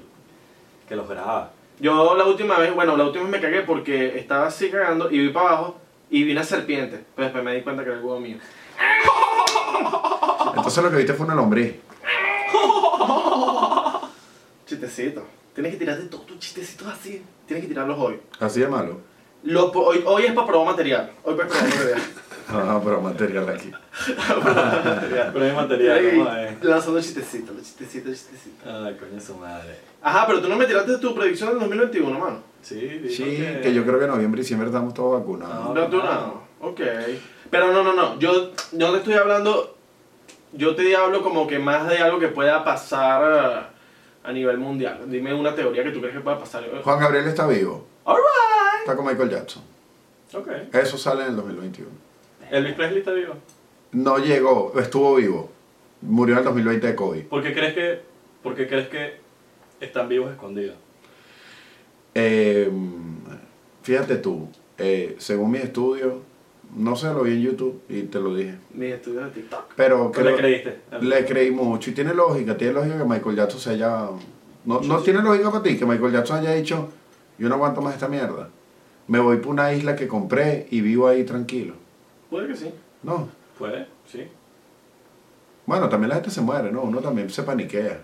[SPEAKER 2] que los graba.
[SPEAKER 5] Yo la última vez, bueno, la última vez me cagué porque estaba así cagando y vi para abajo y vi una serpiente. Pero después me di cuenta que era el huevo mío.
[SPEAKER 1] Entonces lo que viste fue una lombriz.
[SPEAKER 5] Chistecito. Tienes que tirarte todos tus chistecitos así. Tienes que tirarlos hoy.
[SPEAKER 1] Así de malo. (laughs)
[SPEAKER 5] Los po- hoy, hoy es para probar material. Hoy para probar
[SPEAKER 2] (laughs)
[SPEAKER 5] material.
[SPEAKER 1] Ajá, pero material aquí.
[SPEAKER 2] Pero hay material,
[SPEAKER 5] Ey,
[SPEAKER 2] ¿cómo es?
[SPEAKER 5] Lanzando chistecitos, los chistecitos, los chistecitos.
[SPEAKER 2] Ay, coño, su madre.
[SPEAKER 5] Ajá, pero tú no me tiraste tu predicción del 2021, mano.
[SPEAKER 2] Sí, dijo
[SPEAKER 1] Sí, que yo creo que en noviembre y diciembre estamos todos
[SPEAKER 2] No,
[SPEAKER 1] vacunados.
[SPEAKER 5] No, tú no.
[SPEAKER 2] no.
[SPEAKER 5] Ok. Pero no, no, no. Yo yo no te estoy hablando. Yo te hablo como que más de algo que pueda pasar eh, a nivel mundial. Dime una teoría que tú crees que pueda pasar.
[SPEAKER 1] Juan Gabriel está vivo.
[SPEAKER 5] Alright.
[SPEAKER 1] Está con Michael Jackson.
[SPEAKER 2] Ok.
[SPEAKER 1] Eso sale en el 2021.
[SPEAKER 2] Elvis Presley está vivo.
[SPEAKER 1] No llegó, estuvo vivo. Murió en el 2020 de COVID.
[SPEAKER 2] ¿Por qué crees que, por qué crees que están vivos escondidos?
[SPEAKER 1] Eh, fíjate tú, eh, según mis estudios, no sé, lo vi en YouTube y te lo dije.
[SPEAKER 5] Mis estudios de TikTok.
[SPEAKER 1] Pero
[SPEAKER 2] ¿Qué le
[SPEAKER 1] creo-
[SPEAKER 2] creíste?
[SPEAKER 1] Le creí mucho y tiene lógica, tiene lógica que Michael Jackson se haya... No, no tiene lógica para ti que Michael Jackson haya dicho, yo no aguanto más esta mierda. Me voy por una isla que compré y vivo ahí tranquilo.
[SPEAKER 5] Puede que sí.
[SPEAKER 1] No.
[SPEAKER 2] ¿Puede? Sí.
[SPEAKER 1] Bueno, también la gente se muere, ¿no? Uno también se paniquea.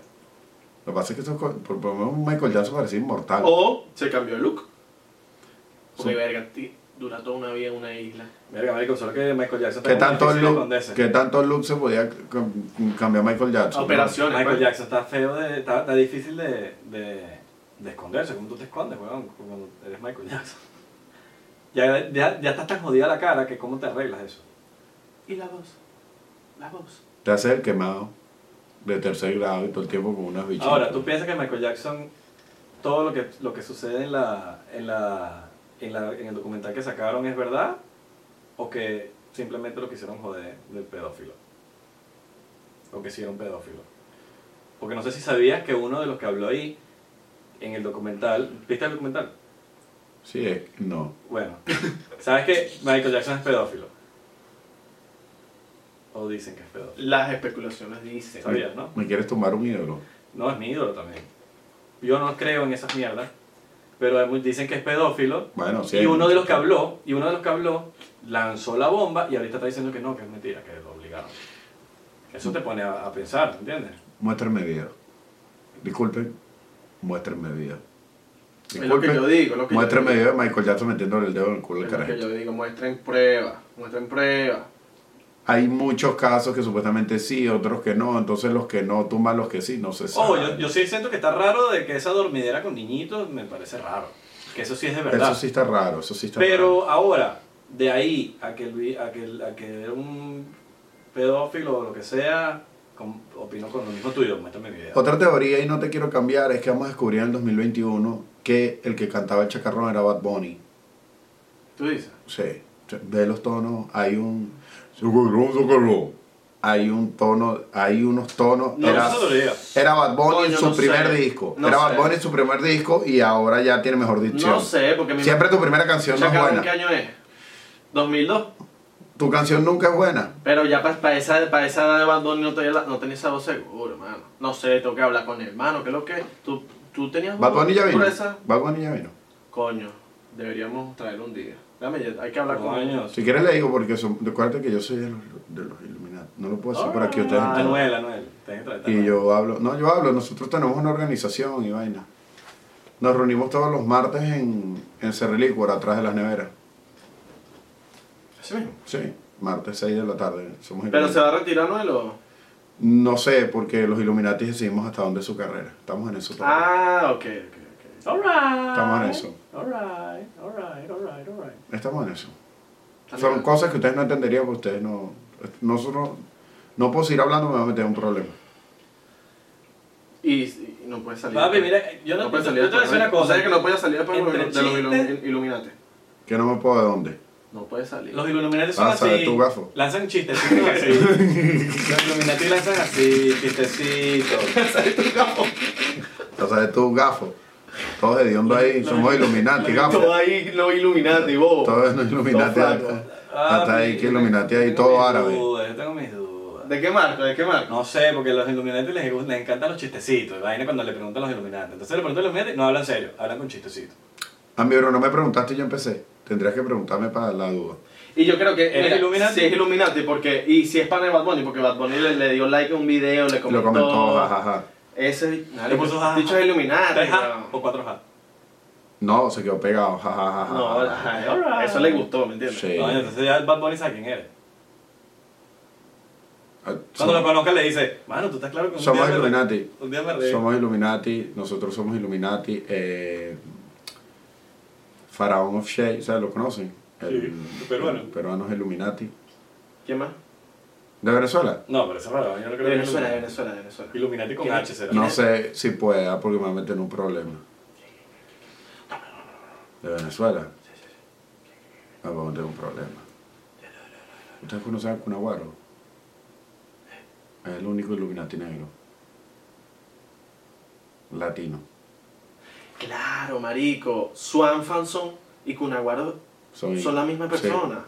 [SPEAKER 1] Lo que pasa es que eso, co- por por lo menos Michael Jackson parecía inmortal.
[SPEAKER 5] O se cambió el look. Porque
[SPEAKER 1] Sí.
[SPEAKER 5] verga, ti- dura toda una vida en una isla.
[SPEAKER 2] Verga, marico, solo que Michael Jackson
[SPEAKER 1] ¿Qué
[SPEAKER 2] está como
[SPEAKER 1] tanto,
[SPEAKER 2] difícil de
[SPEAKER 1] look,
[SPEAKER 2] esconderse.
[SPEAKER 1] ¿Qué tanto look se podía cam- cambiar Michael Jackson? no?
[SPEAKER 5] Operaciones.
[SPEAKER 2] Michael
[SPEAKER 5] pues.
[SPEAKER 2] Jackson está feo, de, está, está difícil de, de, de esconderse. ¿Cómo tú te escondes, weón? Cuando eres Michael Jackson. (laughs) Ya, ya, ya estás tan jodida la cara que cómo te arreglas eso.
[SPEAKER 5] Y la voz. La voz.
[SPEAKER 1] Te hace el quemado de tercer grado y todo el tiempo con unas bichitas.
[SPEAKER 2] Ahora, ¿tú piensas que Michael Jackson, todo lo que, lo que sucede en, la, en, la, en, la, en el documental que sacaron es verdad? ¿O que simplemente lo quisieron joder del pedófilo? ¿O que sí era un pedófilo? Porque no sé si sabías que uno de los que habló ahí en el documental, ¿viste el documental?
[SPEAKER 1] Sí, es- no.
[SPEAKER 2] Bueno, sabes que Michael Jackson es pedófilo. O dicen que es peor.
[SPEAKER 5] Las especulaciones dicen.
[SPEAKER 2] Sabías, ¿no?
[SPEAKER 1] ¿Me quieres tumbar un ídolo?
[SPEAKER 2] No, es mi ídolo también. Yo no creo en esas mierdas. Pero hay mu- dicen que es pedófilo.
[SPEAKER 1] Bueno, sí.
[SPEAKER 2] Y uno de los que habló, y uno de los que habló, lanzó la bomba y ahorita está diciendo que no, que es mentira, que lo obligaron. Eso te pone a, a pensar, ¿entiendes?
[SPEAKER 1] Muéstrenme video. Disculpen, muéstrenme video.
[SPEAKER 5] Es lo que yo digo, es lo que yo
[SPEAKER 1] Muéstrenme
[SPEAKER 5] digo.
[SPEAKER 1] video de Michael Jackson metiéndole el dedo en el culo del
[SPEAKER 5] Es lo que
[SPEAKER 1] carajito.
[SPEAKER 5] yo digo, muestren pruebas, muestren pruebas.
[SPEAKER 1] Hay muchos casos que supuestamente sí, otros que no. Entonces los que no tumban los que sí, no se sabe.
[SPEAKER 2] Oh, yo, yo sí siento que está raro de que esa dormidera con niñitos me parece raro. Que eso sí es de verdad.
[SPEAKER 1] Eso sí está raro, eso sí está raro.
[SPEAKER 2] Pero ahora, de ahí a que, Luis- a que, a que un pedófilo o lo que sea, com- opino con lo mismo tuyo, muéstrame mi idea.
[SPEAKER 1] Otra teoría, y no te quiero cambiar, es que vamos a descubrir en el 2021 que el que cantaba el chacarrón era Bad Bunny.
[SPEAKER 5] ¿Tú dices?
[SPEAKER 1] Sí, ve los tonos, hay un... Chacarrón, chacarrón. Hay un tono, hay unos tonos...
[SPEAKER 2] No,
[SPEAKER 1] era,
[SPEAKER 2] eso lo diría.
[SPEAKER 1] era Bad Bunny
[SPEAKER 5] Coño,
[SPEAKER 1] en su
[SPEAKER 5] no
[SPEAKER 1] primer
[SPEAKER 5] sé.
[SPEAKER 1] disco.
[SPEAKER 5] No
[SPEAKER 1] era Bad
[SPEAKER 5] sé.
[SPEAKER 1] Bunny en su primer disco y ahora ya tiene mejor dicción.
[SPEAKER 5] No sé, porque mi
[SPEAKER 1] Siempre tu primera canción no es
[SPEAKER 5] Chacarrón, ¿qué
[SPEAKER 1] buena.
[SPEAKER 5] año es? 2002.
[SPEAKER 1] Tu canción nunca es buena.
[SPEAKER 5] Pero ya para esa, pa esa edad de Bad Bunny no, tenía la- no tenía esa voz seguro, hermano. No sé, tengo que hablar con el hermano, que es lo que. ¿Tú, tú tenías
[SPEAKER 1] Bad Bunny ya
[SPEAKER 5] voz
[SPEAKER 1] vino.
[SPEAKER 5] gruesa?
[SPEAKER 1] Bad Bunny ya vino.
[SPEAKER 5] Coño, deberíamos traerlo un día. Dame, ya- hay que hablar con
[SPEAKER 2] Coño,
[SPEAKER 1] Si quieres le digo porque son- recuerda que yo soy de los, de los Illuminati. No lo puedo decir por aquí
[SPEAKER 5] Ah,
[SPEAKER 1] ustedes. entienden.
[SPEAKER 2] Anuel, Anuel. tenés que traer a
[SPEAKER 1] Y
[SPEAKER 2] Anuel.
[SPEAKER 1] yo hablo, no, yo hablo, nosotros tenemos una organización y vaina. Nos reunimos todos los martes en, en Cerrelícuaro, atrás de las neveras.
[SPEAKER 5] Así mismo.
[SPEAKER 1] Sí, martes 6 de la tarde. Somos
[SPEAKER 5] Pero
[SPEAKER 1] Illuminati.
[SPEAKER 5] se va a retirar Noel o.
[SPEAKER 1] No sé, porque los Illuminati decidimos hasta dónde es su carrera. Estamos en eso todavía.
[SPEAKER 5] Ah, ok, ok, ok.
[SPEAKER 2] Alright.
[SPEAKER 1] Estamos en eso.
[SPEAKER 2] Alright, alright, alright, alright.
[SPEAKER 1] Estamos en eso.
[SPEAKER 5] También-
[SPEAKER 1] Son cosas que ustedes no entenderían porque ustedes no... Nosotros... No puedo seguir hablando, me va a meter en un problema.
[SPEAKER 5] Y, y no puede salir.
[SPEAKER 2] Papi, mira, yo no,
[SPEAKER 5] no
[SPEAKER 2] yo
[SPEAKER 5] puede
[SPEAKER 2] te
[SPEAKER 5] salir.
[SPEAKER 2] yo te voy a decir una cosa.
[SPEAKER 5] ¿Sabes que no puede salir después de los,
[SPEAKER 2] Entre
[SPEAKER 5] ilu- de los ilu-
[SPEAKER 2] chistes-
[SPEAKER 5] Illuminati?
[SPEAKER 1] Que no me puedo de dónde.
[SPEAKER 5] No puede salir.
[SPEAKER 2] Los Illuminati son
[SPEAKER 1] Ah,
[SPEAKER 2] así.
[SPEAKER 1] sabes tú, gafo.
[SPEAKER 2] Lanzan
[SPEAKER 1] (laughs)
[SPEAKER 2] chistecitos así. los Illuminati lanzan así,
[SPEAKER 5] (laughs)
[SPEAKER 2] chistecitos.
[SPEAKER 1] O sea, tú, gafo. Todos hediondo ahí, somos Illuminati, gafo.
[SPEAKER 5] Todo ahí los Illuminati, bobo.
[SPEAKER 1] Todos los Illuminati.
[SPEAKER 5] Todo flaco.
[SPEAKER 1] Hasta
[SPEAKER 2] Ah,
[SPEAKER 1] hasta ahí, que
[SPEAKER 2] yo
[SPEAKER 1] Illuminati ahí,
[SPEAKER 2] tengo
[SPEAKER 1] todo
[SPEAKER 2] mis
[SPEAKER 1] árabe.
[SPEAKER 2] dudas, yo tengo mis dudas.
[SPEAKER 5] ¿De qué marco? ¿De qué marco?
[SPEAKER 2] No sé, porque a los Illuminati les, gustan- les encantan los chistecitos. Vaina cuando le preguntan a los Illuminati. Entonces le preguntan a los Illuminati, no hablan serio, hablan con chistecitos.
[SPEAKER 1] A mí, Ah, bro, no me preguntaste y yo empecé. Tendrías que preguntarme para la duda.
[SPEAKER 5] Y yo creo que
[SPEAKER 2] ¿Eres
[SPEAKER 5] Eh, mira,
[SPEAKER 2] Illuminati?
[SPEAKER 5] si es Illuminati, porque, y si es pana de Bad Bunny, porque Bad Bunny le, le dio like a un video, le
[SPEAKER 1] Y
[SPEAKER 5] comentó.
[SPEAKER 1] lo comentó, jajaja.
[SPEAKER 5] Ese
[SPEAKER 2] Le puso jaja.
[SPEAKER 5] dicho es Illuminati.
[SPEAKER 2] ¿Tres A
[SPEAKER 5] weón.
[SPEAKER 2] o cuatro A?
[SPEAKER 1] No, se quedó pegado, jajaja.
[SPEAKER 5] No, ajá,
[SPEAKER 2] Alright.
[SPEAKER 5] eso le gustó, ¿me entiendes?
[SPEAKER 1] Sí.
[SPEAKER 2] No, entonces ya el Bad Bunny sabe quién eres.
[SPEAKER 1] Ah,
[SPEAKER 2] Cuando lo
[SPEAKER 1] somos-
[SPEAKER 2] conozca le dice, mano, tú estás claro que un
[SPEAKER 1] Somos
[SPEAKER 2] día me re-
[SPEAKER 1] Illuminati.
[SPEAKER 2] Un día me reí.
[SPEAKER 1] Somos Illuminati, nosotros somos Illuminati. Eh, Faraón of Shea, ¿sabes? ¿Lo conocen?
[SPEAKER 2] el peruano.
[SPEAKER 1] el peruano es Illuminati.
[SPEAKER 5] ¿Quién más?
[SPEAKER 1] ¿De Venezuela?
[SPEAKER 2] No, pero eso es raro, yo no creo
[SPEAKER 5] De
[SPEAKER 2] que
[SPEAKER 5] Venezuela, de
[SPEAKER 2] Illuminati.
[SPEAKER 5] Venezuela, de Venezuela.
[SPEAKER 2] Illuminati con
[SPEAKER 5] ¿Quién?
[SPEAKER 2] H será.
[SPEAKER 1] No
[SPEAKER 5] es?
[SPEAKER 1] sé si pueda porque me va a meter en un problema. ¿De Venezuela? Me va a meter en un problema. ¿Ustedes conocen a Cunaguaro? Es el único Illuminati negro. Latino.
[SPEAKER 5] Claro, marico. Swan Fanson y Cunaguaro
[SPEAKER 1] Soy-
[SPEAKER 5] son la misma
[SPEAKER 1] sí.
[SPEAKER 5] persona.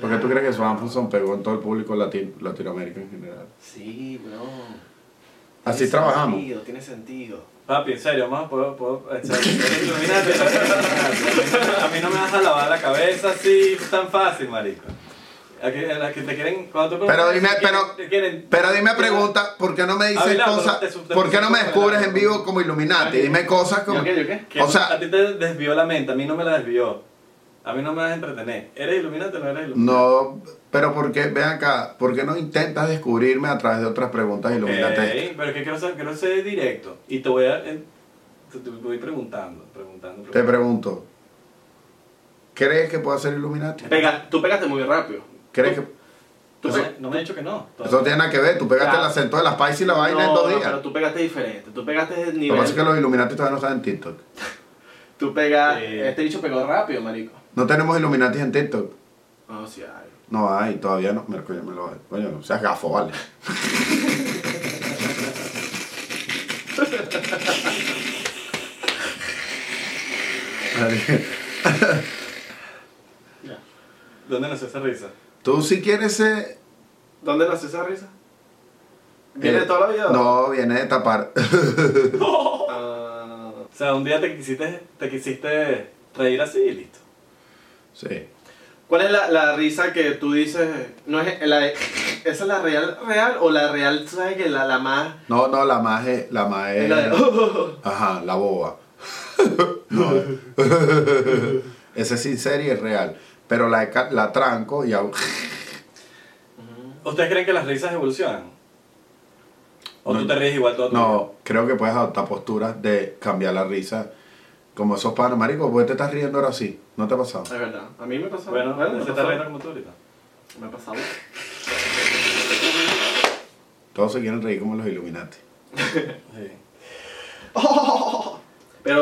[SPEAKER 1] ¿Por qué tú crees que Swan Funson pegó en todo el público latino, Latinoamérica en general?
[SPEAKER 5] Sí, bro.
[SPEAKER 1] Así
[SPEAKER 5] Tiene
[SPEAKER 1] trabajamos.
[SPEAKER 5] Sentido, tiene sentido.
[SPEAKER 2] Papi, en serio, más puedo, puedo,
[SPEAKER 1] (laughs)
[SPEAKER 2] en serio, Illuminati, Illuminati. A mí no me vas a lavar la cabeza así tan fácil, marico. A que, a que te quieren, cuando tú
[SPEAKER 1] Pero dime,
[SPEAKER 2] te quieren-
[SPEAKER 1] pero-
[SPEAKER 2] te quieren-
[SPEAKER 1] Pero dime pregunta, ¿por qué no me dices
[SPEAKER 2] Abelardo,
[SPEAKER 5] este
[SPEAKER 1] cosas?
[SPEAKER 2] te sub- te
[SPEAKER 1] ¿Por qué no me
[SPEAKER 2] sub-
[SPEAKER 1] descubres en vivo como Illuminati? Dime cosas como...
[SPEAKER 5] ¿Yo qué? ¿Yo qué?
[SPEAKER 2] que
[SPEAKER 1] O sea-
[SPEAKER 2] a ti te desvió la mente, a mí no me la desvió. A mí no me vas a entretener. ¿Eres Illuminati o no eres Illuminati?
[SPEAKER 1] No, pero ¿por qué? Ven acá, ¿por qué no intentas descubrirme a través de otras preguntas iluminantes?
[SPEAKER 2] Ok, pero que quiero ser, quiero ser directo. Y te voy a. eh, Te, te voy preguntando, preguntando.
[SPEAKER 1] Te
[SPEAKER 2] preguntando.
[SPEAKER 1] pregunto, ¿crees que puedo ser Illuminati?
[SPEAKER 5] Pega- tú pegaste muy rápido.
[SPEAKER 1] ¿Crees que...?
[SPEAKER 5] Tú
[SPEAKER 2] No
[SPEAKER 5] pe-
[SPEAKER 2] me- no me has dicho que no.
[SPEAKER 1] Eso no tiene nada que ver, tú pegaste
[SPEAKER 5] Ya.
[SPEAKER 1] el acento de las paisas y la vaina en
[SPEAKER 5] No,
[SPEAKER 1] dos
[SPEAKER 5] no,
[SPEAKER 1] días.
[SPEAKER 5] pero tú pegaste diferente. Tú pegaste de
[SPEAKER 1] Lo que
[SPEAKER 5] nivel.
[SPEAKER 1] pasa es que los Illuminati todavía no están en TikTok.
[SPEAKER 5] Tú pegas.
[SPEAKER 2] Sí.
[SPEAKER 5] Este bicho pegó rápido, marico.
[SPEAKER 1] No tenemos Illuminati en TikTok.
[SPEAKER 5] No, sí, ay.
[SPEAKER 1] No hay, todavía no. Mira, coño, me lo Coño, no seas gafo, vale. Vale.
[SPEAKER 2] ¿Dónde nació esa risa?
[SPEAKER 1] Tú si quieres ser...
[SPEAKER 5] ¿Dónde nació esa risa? ¿Viene
[SPEAKER 1] eh,
[SPEAKER 5] de toda la vida?
[SPEAKER 1] No, viene de tapar.
[SPEAKER 5] Ah,
[SPEAKER 2] O sea, un día te quisiste, te quisiste reír así y listo.
[SPEAKER 1] (laughs) sí.
[SPEAKER 5] ¿Cuál es la, la risa que tú dices? ¿No es la de- ¿Esa es la real real o la real, tú sabes que la, la más...
[SPEAKER 1] No, no, la más es... La "Oh". más
[SPEAKER 5] es
[SPEAKER 1] es...
[SPEAKER 5] la de-
[SPEAKER 1] Ajá, la boba. (laughs) Ese es sincero y es real. Pero la, ca- la tranco y hago...
[SPEAKER 2] ¿Ustedes creen que las risas evolucionan? ¿O
[SPEAKER 1] No.
[SPEAKER 2] tú te ríes igual toda tu vida?
[SPEAKER 1] No, creo que puedes adoptar posturas de cambiar la risa. Como esos panos, marico, ¿por qué te estás riendo ahora así? ¿No te ha pasado?
[SPEAKER 5] (laughs) Es verdad, a mí me pasó.
[SPEAKER 2] Bueno,
[SPEAKER 5] Bueno, me
[SPEAKER 2] se está
[SPEAKER 5] pasó.
[SPEAKER 2] riendo como tú ahorita.
[SPEAKER 5] Me ha pasado.
[SPEAKER 1] Todos se quieren reír como los Illuminati.
[SPEAKER 2] Sí.
[SPEAKER 5] Pero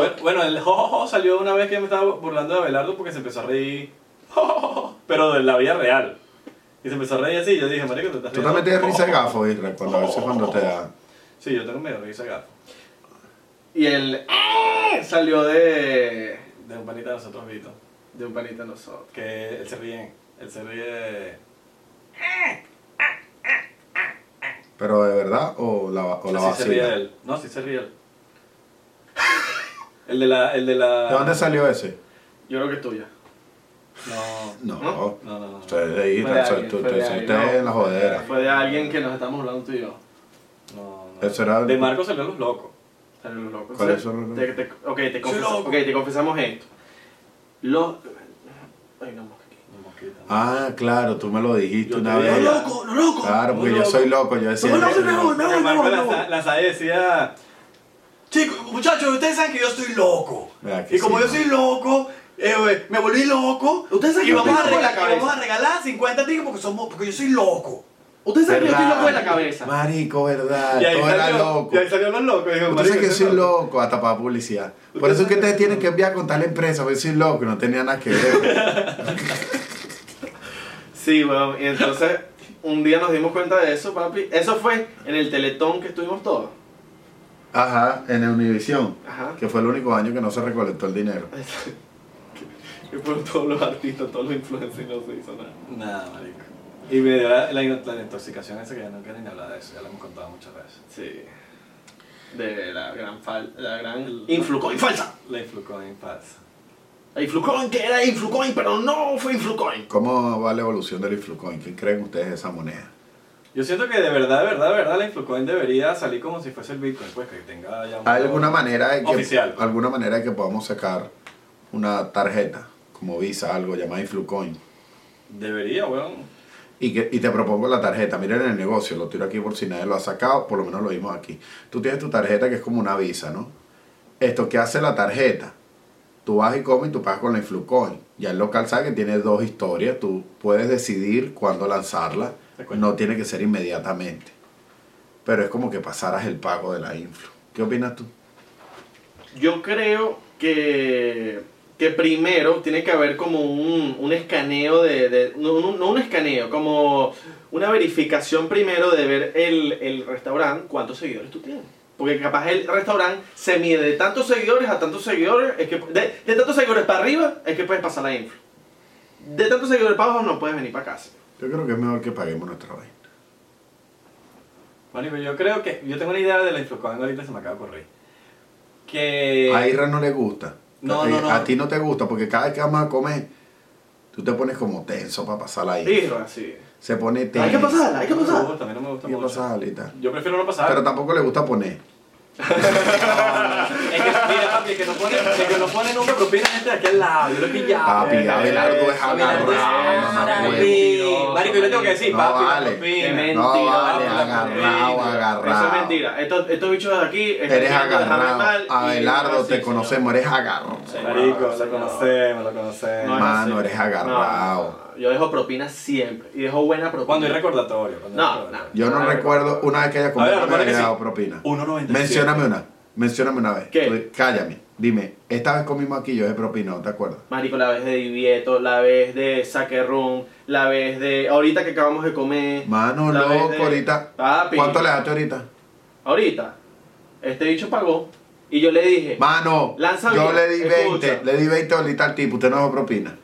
[SPEAKER 2] Bueno, bueno, el jojojo salió una vez que me estaba burlando de Abelardo porque se empezó a reír. jojojo, pero de la vida real. Y se empezó a reír así. Y yo dije, marico, te estás
[SPEAKER 1] Tú
[SPEAKER 2] riendo.
[SPEAKER 1] también tienes risa de
[SPEAKER 2] jojojo".
[SPEAKER 1] gafo, Israel, cuando a veces cuando te da.
[SPEAKER 2] Sí, yo tengo medio risa de gafo.
[SPEAKER 5] Y el ¡ah! salió de,
[SPEAKER 2] De un panita de nosotros, Vito.
[SPEAKER 5] de un panita de nosotros.
[SPEAKER 2] Que él se ríe. Él se ríe de.
[SPEAKER 1] Pero de verdad, o la, o la
[SPEAKER 2] Así se ríe
[SPEAKER 1] vacila.
[SPEAKER 2] él. No, sí se ríe él. (laughs) El de la. El de la.
[SPEAKER 1] ¿De dónde salió ese?
[SPEAKER 5] Yo creo que es tuya.
[SPEAKER 2] No.
[SPEAKER 1] No.
[SPEAKER 5] ¿No?
[SPEAKER 2] No, no, no.
[SPEAKER 1] Ustedes de
[SPEAKER 5] Fue de
[SPEAKER 1] Israel, soy
[SPEAKER 5] alguien,
[SPEAKER 1] tú-
[SPEAKER 5] fue de
[SPEAKER 1] tú- soy
[SPEAKER 5] alguien,
[SPEAKER 1] ustedes
[SPEAKER 5] ¿no?
[SPEAKER 1] en la jodera.
[SPEAKER 5] Fue de alguien que nos estamos hablando tú y yo.
[SPEAKER 2] No, no.
[SPEAKER 1] Eso era-
[SPEAKER 2] De Marco salió los locos.
[SPEAKER 5] Salió los locos.
[SPEAKER 1] ¿Cuáles
[SPEAKER 5] Sí.
[SPEAKER 1] son los
[SPEAKER 5] Te- te- ok, te
[SPEAKER 2] Soy
[SPEAKER 5] confesa-
[SPEAKER 2] loco.
[SPEAKER 5] ok, te confesamos esto. Los. Ay, no, mosca aquí.
[SPEAKER 2] No, mosquita.
[SPEAKER 1] Ah, claro, tú me lo dijiste
[SPEAKER 2] Yo
[SPEAKER 1] una
[SPEAKER 2] te
[SPEAKER 1] vez.
[SPEAKER 2] dije,
[SPEAKER 4] no loco.
[SPEAKER 1] Claro, porque
[SPEAKER 2] No,
[SPEAKER 1] yo
[SPEAKER 2] loco.
[SPEAKER 1] soy loco, yo decía.
[SPEAKER 4] No, no, no, no, no.
[SPEAKER 2] Porque Marco
[SPEAKER 4] no.
[SPEAKER 2] la, la sabe decía.
[SPEAKER 4] Chicos, muchachos, ustedes saben que yo estoy loco.
[SPEAKER 1] ¿Verdad que
[SPEAKER 4] Y como
[SPEAKER 1] sí,
[SPEAKER 4] yo
[SPEAKER 1] no?
[SPEAKER 4] soy loco, eh, güey, me volví loco.
[SPEAKER 5] Ustedes saben
[SPEAKER 4] y
[SPEAKER 5] que yo
[SPEAKER 4] vamos, a
[SPEAKER 5] estoy loco de la
[SPEAKER 4] regalar,
[SPEAKER 5] cabeza.
[SPEAKER 4] y vamos a regalar 50 tickets porque, somos, porque yo soy loco.
[SPEAKER 5] Ustedes saben que yo estoy
[SPEAKER 1] ¿Verdad?
[SPEAKER 5] loco de la cabeza.
[SPEAKER 1] Marico, verdad,
[SPEAKER 2] Y ahí,
[SPEAKER 1] Ah, todo era
[SPEAKER 2] salió,
[SPEAKER 1] loco.
[SPEAKER 2] y ahí salió los locos. Dijo,
[SPEAKER 1] Usted dice
[SPEAKER 2] "Marico,
[SPEAKER 1] que
[SPEAKER 2] ese
[SPEAKER 1] soy
[SPEAKER 2] loco".
[SPEAKER 1] loco hasta para publicidad. Por eso es que ustedes tienen que enviar con tal empresa, porque soy loco, no tenía nada que ver.
[SPEAKER 5] Sí, weón. Y entonces, un día nos dimos cuenta de eso, papi. Eso fue en el teletón que estuvimos todos.
[SPEAKER 1] Ajá, en el Univisión,
[SPEAKER 5] Ajá.
[SPEAKER 1] que fue el único año que no se recolectó el dinero.
[SPEAKER 5] (laughs) Y fueron todos los artistas, todos los influencers y no se hizo nada.
[SPEAKER 2] Nada, marico. Y me dio la, la, la intoxicación esa que ya no quiero ni hablar de eso. Ya lo hemos contado muchas veces.
[SPEAKER 5] Sí. De la gran fal la gran Influcoin falsa.
[SPEAKER 2] La influcoin falsa.
[SPEAKER 5] La Influcoin que era Influcoin, pero no fue Influcoin.
[SPEAKER 1] ¿Cómo va la evolución del Influcoin? ¿Qué creen ustedes de esa moneda?
[SPEAKER 2] Yo siento que de verdad, de verdad, de verdad, la influcoin debería salir como si fuese el Bitcoin. Pues que tenga ya un
[SPEAKER 1] ¿Hay
[SPEAKER 2] valor.
[SPEAKER 1] alguna manera de que,
[SPEAKER 2] Oficial.
[SPEAKER 1] alguna manera de que podamos sacar una tarjeta, como Visa, algo llamada Influcoin?
[SPEAKER 2] Debería, weón.
[SPEAKER 1] Y, que, y te propongo la tarjeta, miren el negocio, lo tiro aquí por si nadie lo ha sacado, por lo menos lo vimos aquí. Tú tienes tu tarjeta que es como una visa, ¿no? Esto que hace la tarjeta, tú vas y comes y tú pagas con la Influcoin. Ya el local sabe que tiene dos historias, tú puedes decidir cuándo lanzarla,
[SPEAKER 2] De acuerdo.
[SPEAKER 1] no tiene que ser inmediatamente. Pero es como que pasaras el pago de la Influ. ¿Qué opinas tú?
[SPEAKER 5] Yo creo que, que primero tiene que haber como un, un escaneo de... de- no, no- no un escaneo, como una verificación primero de ver el, el restaurante, cuántos seguidores tú tienes. Porque capaz el restaurante se mide de tantos seguidores a tantos seguidores, es que de, de tantos seguidores para arriba es que puedes pasar la info. De tantos seguidores para abajo no puedes venir para casa.
[SPEAKER 1] Yo creo que es mejor que paguemos nuestra vaina.
[SPEAKER 2] Marico, yo creo que. Yo tengo una idea de la influcoin ahorita se me acaba de correr. Que.
[SPEAKER 1] A Irra no le gusta.
[SPEAKER 2] Eh, No,
[SPEAKER 1] Eh,
[SPEAKER 2] no, no.
[SPEAKER 1] A ti no te gusta porque cada vez que vamos a comer, tú te pones como tenso para pasar la Influ.
[SPEAKER 5] Irra, sí.
[SPEAKER 1] Se pone tenso.
[SPEAKER 5] Hay que pasarla, hay
[SPEAKER 2] Hay
[SPEAKER 5] que
[SPEAKER 2] No me
[SPEAKER 5] pasar.
[SPEAKER 2] gusta, a mí no me gusta
[SPEAKER 1] Hay que
[SPEAKER 2] mucho.
[SPEAKER 1] pasar y tal.
[SPEAKER 2] Yo prefiero no pasar.
[SPEAKER 1] Pero tampoco le gusta poner.
[SPEAKER 2] Es que, mira, papi, el que no pone, el que no pone nunca propina gente de aquí al lado. Yo lo he pillado.
[SPEAKER 1] Papi,
[SPEAKER 5] eh,
[SPEAKER 1] Abelardo es
[SPEAKER 5] eh, Abelardo es
[SPEAKER 1] agarrado. mamá,
[SPEAKER 5] agarrado.
[SPEAKER 1] huevo.
[SPEAKER 2] Marico, yo le tengo que decir,
[SPEAKER 1] No
[SPEAKER 2] papi, no
[SPEAKER 1] vale.
[SPEAKER 5] Qué
[SPEAKER 2] propina.
[SPEAKER 5] mentira.
[SPEAKER 1] No, vale,
[SPEAKER 5] vamos,
[SPEAKER 1] agarrado,
[SPEAKER 5] mentira.
[SPEAKER 1] agarrado.
[SPEAKER 5] Eso es mentira. Estos, estos bichos de aquí están
[SPEAKER 1] Eres
[SPEAKER 5] queriendo dejarme mal
[SPEAKER 1] agarrado.
[SPEAKER 5] y-
[SPEAKER 1] Abelardo,
[SPEAKER 5] sí,
[SPEAKER 1] te
[SPEAKER 5] señor.
[SPEAKER 1] conocemos, eres agarrado.
[SPEAKER 2] Marico,
[SPEAKER 5] Señor.
[SPEAKER 2] lo conocemos, lo conocemos.
[SPEAKER 5] es
[SPEAKER 1] Mano,
[SPEAKER 5] así.
[SPEAKER 1] eres agarrado.
[SPEAKER 5] No, no, yo dejo propina siempre. Y dejo buena propina.
[SPEAKER 2] Cuando hay recordatorio. cuando hay
[SPEAKER 5] No,
[SPEAKER 2] recordatorio.
[SPEAKER 1] Yo no
[SPEAKER 5] Ay,
[SPEAKER 1] recuerdo una vez que haya
[SPEAKER 2] A ver,
[SPEAKER 1] comido
[SPEAKER 2] recuerda
[SPEAKER 1] me
[SPEAKER 2] que
[SPEAKER 1] haya
[SPEAKER 2] sí.
[SPEAKER 1] dado propina.
[SPEAKER 2] 1.97.
[SPEAKER 1] Mencióname una. Mencióname una vez.
[SPEAKER 5] ¿Qué?
[SPEAKER 1] Tú- Cállame. Dime, esta vez comimos aquí yo de propina, ¿no te acuerdas?
[SPEAKER 5] Marico, la vez de Divieto, la vez de Sake Room, la vez de. Ahorita que acabamos de comer.
[SPEAKER 1] Mano,
[SPEAKER 5] la vez
[SPEAKER 1] loco,
[SPEAKER 5] de-
[SPEAKER 1] ahorita.
[SPEAKER 5] Papi.
[SPEAKER 1] ¿Cuánto le daste ahorita?
[SPEAKER 5] Ahorita. Este bicho pagó. Y yo le dije.
[SPEAKER 1] Mano,
[SPEAKER 5] Lanza
[SPEAKER 1] yo
[SPEAKER 5] bien,
[SPEAKER 1] le di 20,
[SPEAKER 5] escucha.
[SPEAKER 1] le di 20 ahorita al tipo, usted no dejó propina.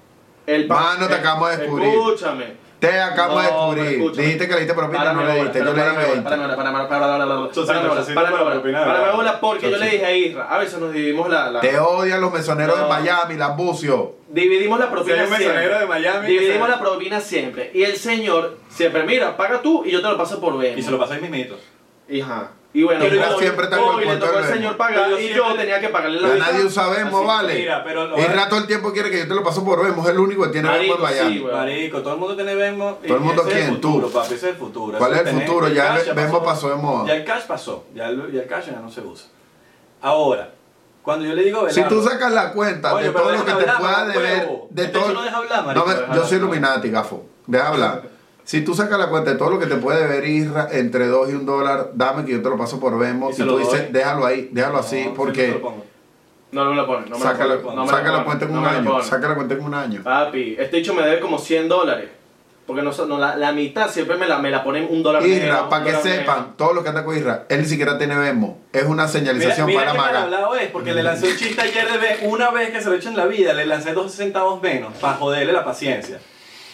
[SPEAKER 5] El pa-
[SPEAKER 1] Mano, te
[SPEAKER 5] eh,
[SPEAKER 1] acabo de descubrir.
[SPEAKER 5] Escúchame.
[SPEAKER 1] Te acabo de
[SPEAKER 5] No, pero
[SPEAKER 1] descubrir.
[SPEAKER 5] escúchame.
[SPEAKER 1] Dijiste que le diste propina,
[SPEAKER 5] Párame
[SPEAKER 1] no le
[SPEAKER 5] bola,
[SPEAKER 1] diste. Yo le
[SPEAKER 5] pero
[SPEAKER 1] di
[SPEAKER 5] párame bola,
[SPEAKER 1] 20.
[SPEAKER 5] párame bola, párame bola, párame bola,
[SPEAKER 2] Chocito,
[SPEAKER 5] párame bola,
[SPEAKER 2] chocito
[SPEAKER 5] párame
[SPEAKER 2] para
[SPEAKER 5] bola,
[SPEAKER 2] opinar,
[SPEAKER 5] párame
[SPEAKER 2] ¿verdad?
[SPEAKER 5] bola, porque yo le
[SPEAKER 2] Chocito.
[SPEAKER 5] dije a Isra, a veces nos dividimos la... la-
[SPEAKER 1] Te odian los mesoneros de
[SPEAKER 5] No.
[SPEAKER 1] Miami, las bucios.
[SPEAKER 5] Dividimos la
[SPEAKER 2] Si hay
[SPEAKER 5] propina
[SPEAKER 2] un mesonero de
[SPEAKER 5] siempre.
[SPEAKER 2] Miami. que
[SPEAKER 5] Dividimos
[SPEAKER 2] se-
[SPEAKER 5] la propina siempre. Y el señor siempre, mira, paga tú y yo te lo paso por ver.
[SPEAKER 2] Y se lo pasó a mis mitos.
[SPEAKER 5] Hija. Y bueno,
[SPEAKER 1] Y Isra
[SPEAKER 5] hoy-
[SPEAKER 1] siempre está
[SPEAKER 5] hoy
[SPEAKER 1] con el
[SPEAKER 5] le
[SPEAKER 1] punto
[SPEAKER 5] tocó
[SPEAKER 1] del
[SPEAKER 5] al
[SPEAKER 1] remo.
[SPEAKER 5] señor pagar
[SPEAKER 2] Pero
[SPEAKER 5] y yo
[SPEAKER 2] siempre-
[SPEAKER 5] tenía que pagarle la
[SPEAKER 1] Ya
[SPEAKER 5] mitad.
[SPEAKER 1] nadie usa Venmo,
[SPEAKER 2] Así,
[SPEAKER 1] vale.
[SPEAKER 2] mira, pero lo-
[SPEAKER 1] Isra todo el tiempo quiere que yo te lo paso por Venmo. Es el único que tiene Venmo
[SPEAKER 5] Marico,
[SPEAKER 1] en Miami.
[SPEAKER 5] sí, güey. Bueno.
[SPEAKER 2] Marico, todo el mundo tiene Venmo. y
[SPEAKER 1] ¿Todo el mundo
[SPEAKER 2] ese es
[SPEAKER 1] quién? Tú.
[SPEAKER 2] futuro, papi, ese es el futuro.
[SPEAKER 1] ¿Cuál
[SPEAKER 2] Eso
[SPEAKER 1] es el
[SPEAKER 2] tenés-
[SPEAKER 1] futuro? Ya
[SPEAKER 2] cash
[SPEAKER 1] el Venmo pasó de moda.
[SPEAKER 2] Ya el cash pasó. Ya el, ya el cash ya no se usa. Ahora, cuando yo le digo a
[SPEAKER 1] Si
[SPEAKER 2] Abelardo-
[SPEAKER 1] tú sacas la cuenta
[SPEAKER 2] Oye,
[SPEAKER 1] de
[SPEAKER 2] Pues pero
[SPEAKER 1] todo lo que
[SPEAKER 2] déjame
[SPEAKER 1] te
[SPEAKER 2] hablar,
[SPEAKER 1] pueda
[SPEAKER 2] mamá,
[SPEAKER 1] deber,
[SPEAKER 2] huevo.
[SPEAKER 1] de
[SPEAKER 2] Este
[SPEAKER 1] todo.
[SPEAKER 2] no deja hablar, marico,
[SPEAKER 1] No me-
[SPEAKER 2] deja
[SPEAKER 1] yo
[SPEAKER 2] hablar,
[SPEAKER 1] soy
[SPEAKER 2] no.
[SPEAKER 1] Illuminati, gafo. Deja hablar. Si tú sacas la cuenta de todo lo que te puede deber Isra entre 2 y 1 dólar, dame que yo te lo paso por Venmo.
[SPEAKER 2] Y
[SPEAKER 1] Y
[SPEAKER 2] se
[SPEAKER 1] tú
[SPEAKER 2] lo
[SPEAKER 1] dices,
[SPEAKER 2] doy.
[SPEAKER 1] déjalo ahí, déjalo
[SPEAKER 2] No,
[SPEAKER 1] así,
[SPEAKER 2] siempre te
[SPEAKER 1] porque
[SPEAKER 2] lo pongo.
[SPEAKER 5] No, no me lo pone, no me
[SPEAKER 1] saca
[SPEAKER 5] lo
[SPEAKER 1] la-
[SPEAKER 5] pone. no me lo
[SPEAKER 1] saca la
[SPEAKER 5] pone,
[SPEAKER 1] cuenta en
[SPEAKER 5] no
[SPEAKER 1] un
[SPEAKER 5] me lo
[SPEAKER 1] año.
[SPEAKER 5] pone.
[SPEAKER 1] Saca la cuenta en un año.
[SPEAKER 5] Papi, este dicho me debe como 100 dólares. Porque no, so- no, la, la mitad siempre me la, me la ponen un dólar
[SPEAKER 1] Isra, para que
[SPEAKER 5] sepan
[SPEAKER 1] sepan, todos los que andan con Isra, él ni siquiera tiene Venmo. Es una
[SPEAKER 2] Mira,
[SPEAKER 1] señalización
[SPEAKER 2] mira
[SPEAKER 1] para
[SPEAKER 2] qué mal
[SPEAKER 1] Maga.
[SPEAKER 2] hablado es, porque le lancé un chiste ayer de vez, una vez que se lo he hecho en la vida, le lancé dos centavos menos para joderle la paciencia.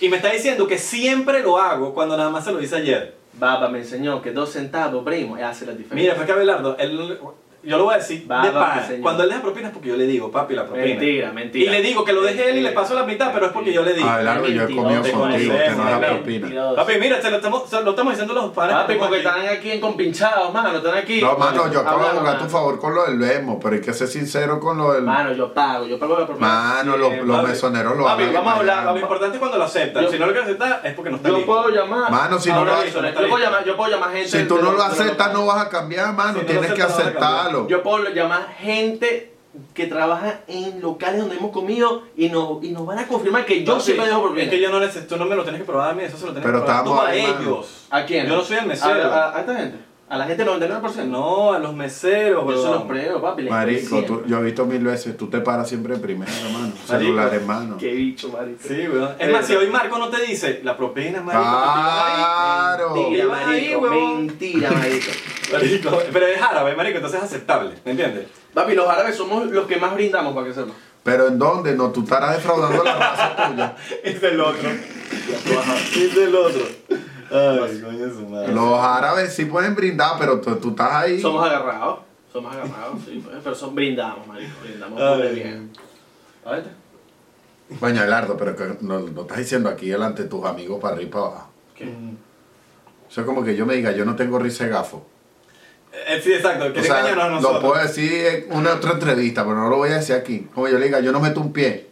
[SPEAKER 2] Y me está diciendo que siempre lo hago cuando nada más se lo hice ayer.
[SPEAKER 5] Baba me enseñó que dos centavos, primo, hace la diferencia.
[SPEAKER 2] Mira, fue que Abelardo, él- yo lo voy a decir
[SPEAKER 5] Va,
[SPEAKER 2] de
[SPEAKER 5] va, pues,
[SPEAKER 2] pana.
[SPEAKER 5] señor.
[SPEAKER 2] Cuando él deja propinas, porque yo le digo, papi, la propina.
[SPEAKER 5] Mentira, mentira.
[SPEAKER 2] Y le digo que lo deje él y le paso la mitad, pero es porque yo le digo.
[SPEAKER 1] Abelardo, yo he comido
[SPEAKER 2] te
[SPEAKER 1] contigo, que no da
[SPEAKER 2] conocemos,
[SPEAKER 1] propina.
[SPEAKER 5] Mentiroso.
[SPEAKER 2] Papi, mira, se lo estamos, se lo estamos diciendo los padres.
[SPEAKER 5] Papi,
[SPEAKER 2] que
[SPEAKER 5] porque
[SPEAKER 2] tenemos aquí.
[SPEAKER 5] están aquí en compinchados, mano, están aquí.
[SPEAKER 1] No, mano, yo acabo de
[SPEAKER 5] Habla,
[SPEAKER 1] jugar a
[SPEAKER 5] mano.
[SPEAKER 1] tu favor con lo del Venmo, pero hay que ser sincero con lo del.
[SPEAKER 5] Mano, yo pago, yo pago la propina.
[SPEAKER 1] Mano,
[SPEAKER 5] Sí,
[SPEAKER 1] los,
[SPEAKER 5] eh,
[SPEAKER 1] los
[SPEAKER 5] papi.
[SPEAKER 1] mesoneros lo
[SPEAKER 5] Papi,
[SPEAKER 1] hablan.
[SPEAKER 5] vamos a hablar,
[SPEAKER 2] Lo importante es cuando lo aceptan.
[SPEAKER 5] Yo-
[SPEAKER 2] si no lo quieres aceptar, es porque no está
[SPEAKER 5] Yo
[SPEAKER 2] listo.
[SPEAKER 5] puedo llamar.
[SPEAKER 1] Mano, si no
[SPEAKER 5] Ahora
[SPEAKER 1] lo-
[SPEAKER 5] listo, yo puedo llamar, yo puedo llamar gente.
[SPEAKER 1] Si tú
[SPEAKER 5] de-
[SPEAKER 1] no
[SPEAKER 5] de-
[SPEAKER 1] lo
[SPEAKER 5] de-
[SPEAKER 1] aceptas, no vas a cambiar, mano.
[SPEAKER 2] Si no lo
[SPEAKER 1] Tienes que
[SPEAKER 2] aceptas, no vas a cambiar.
[SPEAKER 1] aceptarlo.
[SPEAKER 5] Yo puedo llamar gente que trabaja en locales donde hemos comido y nos, y nos van a confirmar que yo
[SPEAKER 2] Papi,
[SPEAKER 5] sí me dejo propina.
[SPEAKER 2] Es que yo no necesito, tú no me lo tienes que probar a mí, eso se lo tienes
[SPEAKER 1] Pero
[SPEAKER 2] que probar tú
[SPEAKER 1] estábamos
[SPEAKER 2] a
[SPEAKER 1] ahí, mano.
[SPEAKER 2] ellos.
[SPEAKER 5] ¿A quién?
[SPEAKER 2] Yo no soy el mesero.
[SPEAKER 5] A, a- a esta gente. A la gente del 99%.
[SPEAKER 2] No, a los meseros,
[SPEAKER 5] Yo se los
[SPEAKER 2] huevón.
[SPEAKER 5] pruebo, papi. les
[SPEAKER 1] Marico,
[SPEAKER 5] estoy
[SPEAKER 1] tú-
[SPEAKER 5] diciendo.
[SPEAKER 1] yo he visto mil veces, tú te paras siempre primero, mano. Celular en mano.
[SPEAKER 5] Qué bicho, marico.
[SPEAKER 2] Sí, weón. Es más, si hoy Marco no te dice la propina, marico.
[SPEAKER 1] Claro.
[SPEAKER 5] Mentira,
[SPEAKER 2] Ibas ahí,
[SPEAKER 5] marico.
[SPEAKER 2] huevón.
[SPEAKER 5] mentira, marico.
[SPEAKER 2] Marico, pero es árabe, marico, entonces es aceptable, ¿me entiendes? (laughs)
[SPEAKER 5] Papi, los árabes somos los que más brindamos, para que sepas.
[SPEAKER 1] Pero en dónde? No, tú estarás defraudando la raza tuya.
[SPEAKER 2] Es del
[SPEAKER 5] (laughs)
[SPEAKER 2] otro. es del otro. Ay, coño su madre.
[SPEAKER 1] Los árabes sí pueden brindar, pero tú, tú estás ahí.
[SPEAKER 5] Somos agarrados. Somos agarrados, sí. pues, Pero son brindamos, marico. Brindamos
[SPEAKER 2] Ay.
[SPEAKER 5] muy bien. A ver.
[SPEAKER 1] Coño, Abelardo, pero que no, no estás diciendo aquí delante de tus amigos para arriba y para abajo.
[SPEAKER 5] ¿Qué?
[SPEAKER 1] Eso es como que yo me diga, yo no tengo risa de gafo.
[SPEAKER 2] Eh, sí, exacto,
[SPEAKER 1] O
[SPEAKER 2] quiere
[SPEAKER 1] sea,
[SPEAKER 2] engañarnos a
[SPEAKER 1] lo
[SPEAKER 2] nosotros.
[SPEAKER 1] puedo decir en una otra entrevista, pero no lo voy a decir aquí. Como yo le diga, yo no meto un pie.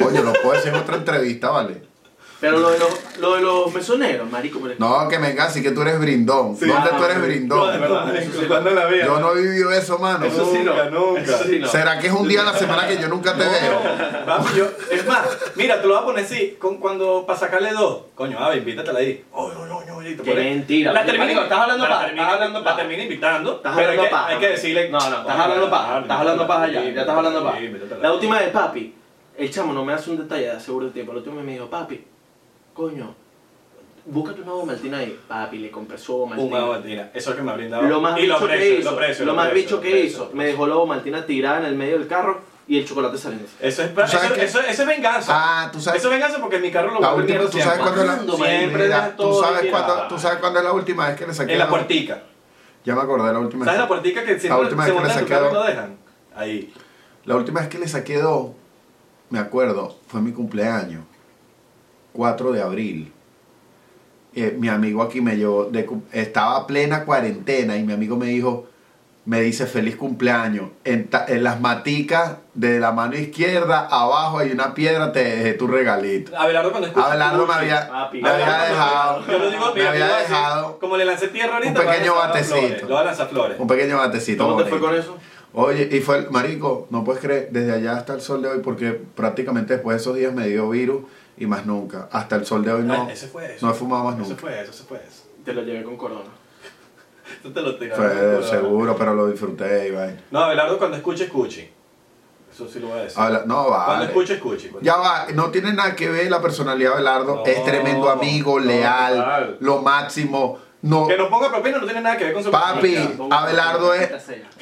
[SPEAKER 1] Coño, lo puedo decir en otra entrevista, ¿vale?
[SPEAKER 5] Pero lo de los, lo de los mesoneros, marico. Pero...
[SPEAKER 1] No, que me engañes, que tú eres brindón. ¿Dónde tú
[SPEAKER 5] Ah,
[SPEAKER 1] eres
[SPEAKER 2] No, Ah, de
[SPEAKER 1] brindón?
[SPEAKER 2] verdad, marico, ¿cuándo la vida?
[SPEAKER 1] Yo no he vivido eso, mano.
[SPEAKER 2] Eso sí,
[SPEAKER 5] Nunca,
[SPEAKER 2] no. nunca.
[SPEAKER 5] Eso sí, no.
[SPEAKER 1] ¿Será que es un día a la semana que yo nunca te veo?
[SPEAKER 2] Papi, yo, es más, mira, te lo voy a poner así, con, cuando, para sacarle dos. Coño, Ave, invítatela ahí. Oh, no, no, no, y te
[SPEAKER 5] Qué
[SPEAKER 2] pone-
[SPEAKER 5] mentira,
[SPEAKER 2] La
[SPEAKER 5] marico.
[SPEAKER 2] termina,
[SPEAKER 5] Marico, estás hablando
[SPEAKER 2] la
[SPEAKER 5] paja,
[SPEAKER 2] termina-
[SPEAKER 5] estás hablando
[SPEAKER 2] La
[SPEAKER 5] paja.
[SPEAKER 2] termina invitando.
[SPEAKER 5] Estás
[SPEAKER 2] pero hay
[SPEAKER 5] hablando
[SPEAKER 2] que,
[SPEAKER 5] paja.
[SPEAKER 2] hay que decirle.
[SPEAKER 5] No, no, estás hablando paja. Estás hablando paja ya. Ya estás hablando paja.
[SPEAKER 2] Sí, métetela.
[SPEAKER 5] La última vez, papi. El chamo no me hace un detalle de seguro el tiempo. La última vez me dijo, papi, coño, búscate una agua maltina ahí. Papi, le compré su agua
[SPEAKER 2] Un agua
[SPEAKER 5] maltina.
[SPEAKER 2] Martina, eso es que me ha brindado.
[SPEAKER 5] Lo más
[SPEAKER 2] y lo
[SPEAKER 5] bicho que
[SPEAKER 2] precio,
[SPEAKER 5] hizo,
[SPEAKER 2] lo precio.
[SPEAKER 5] lo más
[SPEAKER 2] precio,
[SPEAKER 5] bicho
[SPEAKER 2] lo
[SPEAKER 5] que
[SPEAKER 2] precio.
[SPEAKER 5] hizo, me dejó la agua maltina tirada en el medio del carro y el chocolate saliendo.
[SPEAKER 2] Eso es,
[SPEAKER 1] ¿Tú sabes
[SPEAKER 2] eso,
[SPEAKER 1] qué?
[SPEAKER 2] eso, eso es venganza.
[SPEAKER 1] Ah, tú sabes.
[SPEAKER 2] eso es venganza porque en mi carro lo
[SPEAKER 1] La
[SPEAKER 2] vuelve
[SPEAKER 1] última,
[SPEAKER 2] mierda
[SPEAKER 1] tú sabes
[SPEAKER 2] siempre.
[SPEAKER 1] cuándo es la.
[SPEAKER 2] Siempre
[SPEAKER 1] Mira,
[SPEAKER 2] dejas
[SPEAKER 1] tú
[SPEAKER 2] todo
[SPEAKER 1] sabes
[SPEAKER 2] ahí
[SPEAKER 1] cuándo,
[SPEAKER 2] tirado.
[SPEAKER 1] tú sabes cuándo es la última vez que le saqué.
[SPEAKER 2] En la puertica.
[SPEAKER 1] Ya me acordé la última
[SPEAKER 2] ¿Sabes la
[SPEAKER 1] vez.
[SPEAKER 2] puertica que
[SPEAKER 1] La
[SPEAKER 2] siempre
[SPEAKER 1] última
[SPEAKER 2] se
[SPEAKER 1] vez que le
[SPEAKER 2] montan en tu
[SPEAKER 1] saqué
[SPEAKER 2] carro y
[SPEAKER 1] dos.
[SPEAKER 2] lo dejan? Ahí.
[SPEAKER 1] La última vez que le saqué dos, me acuerdo, fue mi cumpleaños, 4 de abril. Eh, mi amigo aquí me llevó, de cum- estaba plena cuarentena y mi amigo me dijo, me dice feliz cumpleaños. En, ta- en las maticas de la mano izquierda, abajo hay una piedra, te dejé tu regalito.
[SPEAKER 2] Abelardo cuando escucha.
[SPEAKER 1] Abelardo me había,
[SPEAKER 5] papi.
[SPEAKER 1] me había
[SPEAKER 2] Abelardo,
[SPEAKER 1] dejado,
[SPEAKER 2] Yo lo digo,
[SPEAKER 1] me
[SPEAKER 2] mira, te voy
[SPEAKER 1] había
[SPEAKER 2] a decir,
[SPEAKER 1] dejado
[SPEAKER 2] Como le lancé tierra ahorita.
[SPEAKER 1] un pequeño
[SPEAKER 2] lo van a lanzar
[SPEAKER 1] batecito.
[SPEAKER 2] flores, Lo van a lanzar flores.
[SPEAKER 1] un pequeño batecito.
[SPEAKER 5] ¿Cómo te fue
[SPEAKER 1] bonito.
[SPEAKER 5] con eso?
[SPEAKER 1] Oye, y fue el marico, no puedes creer, desde allá hasta el sol de hoy, porque prácticamente después de esos días me dio virus y más nunca. Hasta el sol de hoy no,
[SPEAKER 2] Ah, ese fue eso.
[SPEAKER 1] no he fumado más
[SPEAKER 2] Eso
[SPEAKER 1] nunca.
[SPEAKER 2] fue eso, eso fue eso.
[SPEAKER 5] Te lo llevé con corona.
[SPEAKER 2] Tú te lo tiraste.
[SPEAKER 1] Fue,
[SPEAKER 2] pero-
[SPEAKER 1] seguro, pero lo disfruté y vaina.
[SPEAKER 2] No, Abelardo cuando escuche, escuche. Eso sí lo voy a decir.
[SPEAKER 1] Habla- no,
[SPEAKER 2] Cuando
[SPEAKER 1] vale.
[SPEAKER 2] escuche, escuche. cuando-
[SPEAKER 1] Ah, Ya va, no tiene nada que ver la personalidad de Belardo.
[SPEAKER 2] No,
[SPEAKER 1] es tremendo amigo,
[SPEAKER 2] no,
[SPEAKER 1] leal,
[SPEAKER 2] total.
[SPEAKER 1] lo máximo. No,
[SPEAKER 2] Que nos ponga propina no tiene nada que ver con su
[SPEAKER 1] Papi,
[SPEAKER 2] personalidad.
[SPEAKER 1] Abelardo es,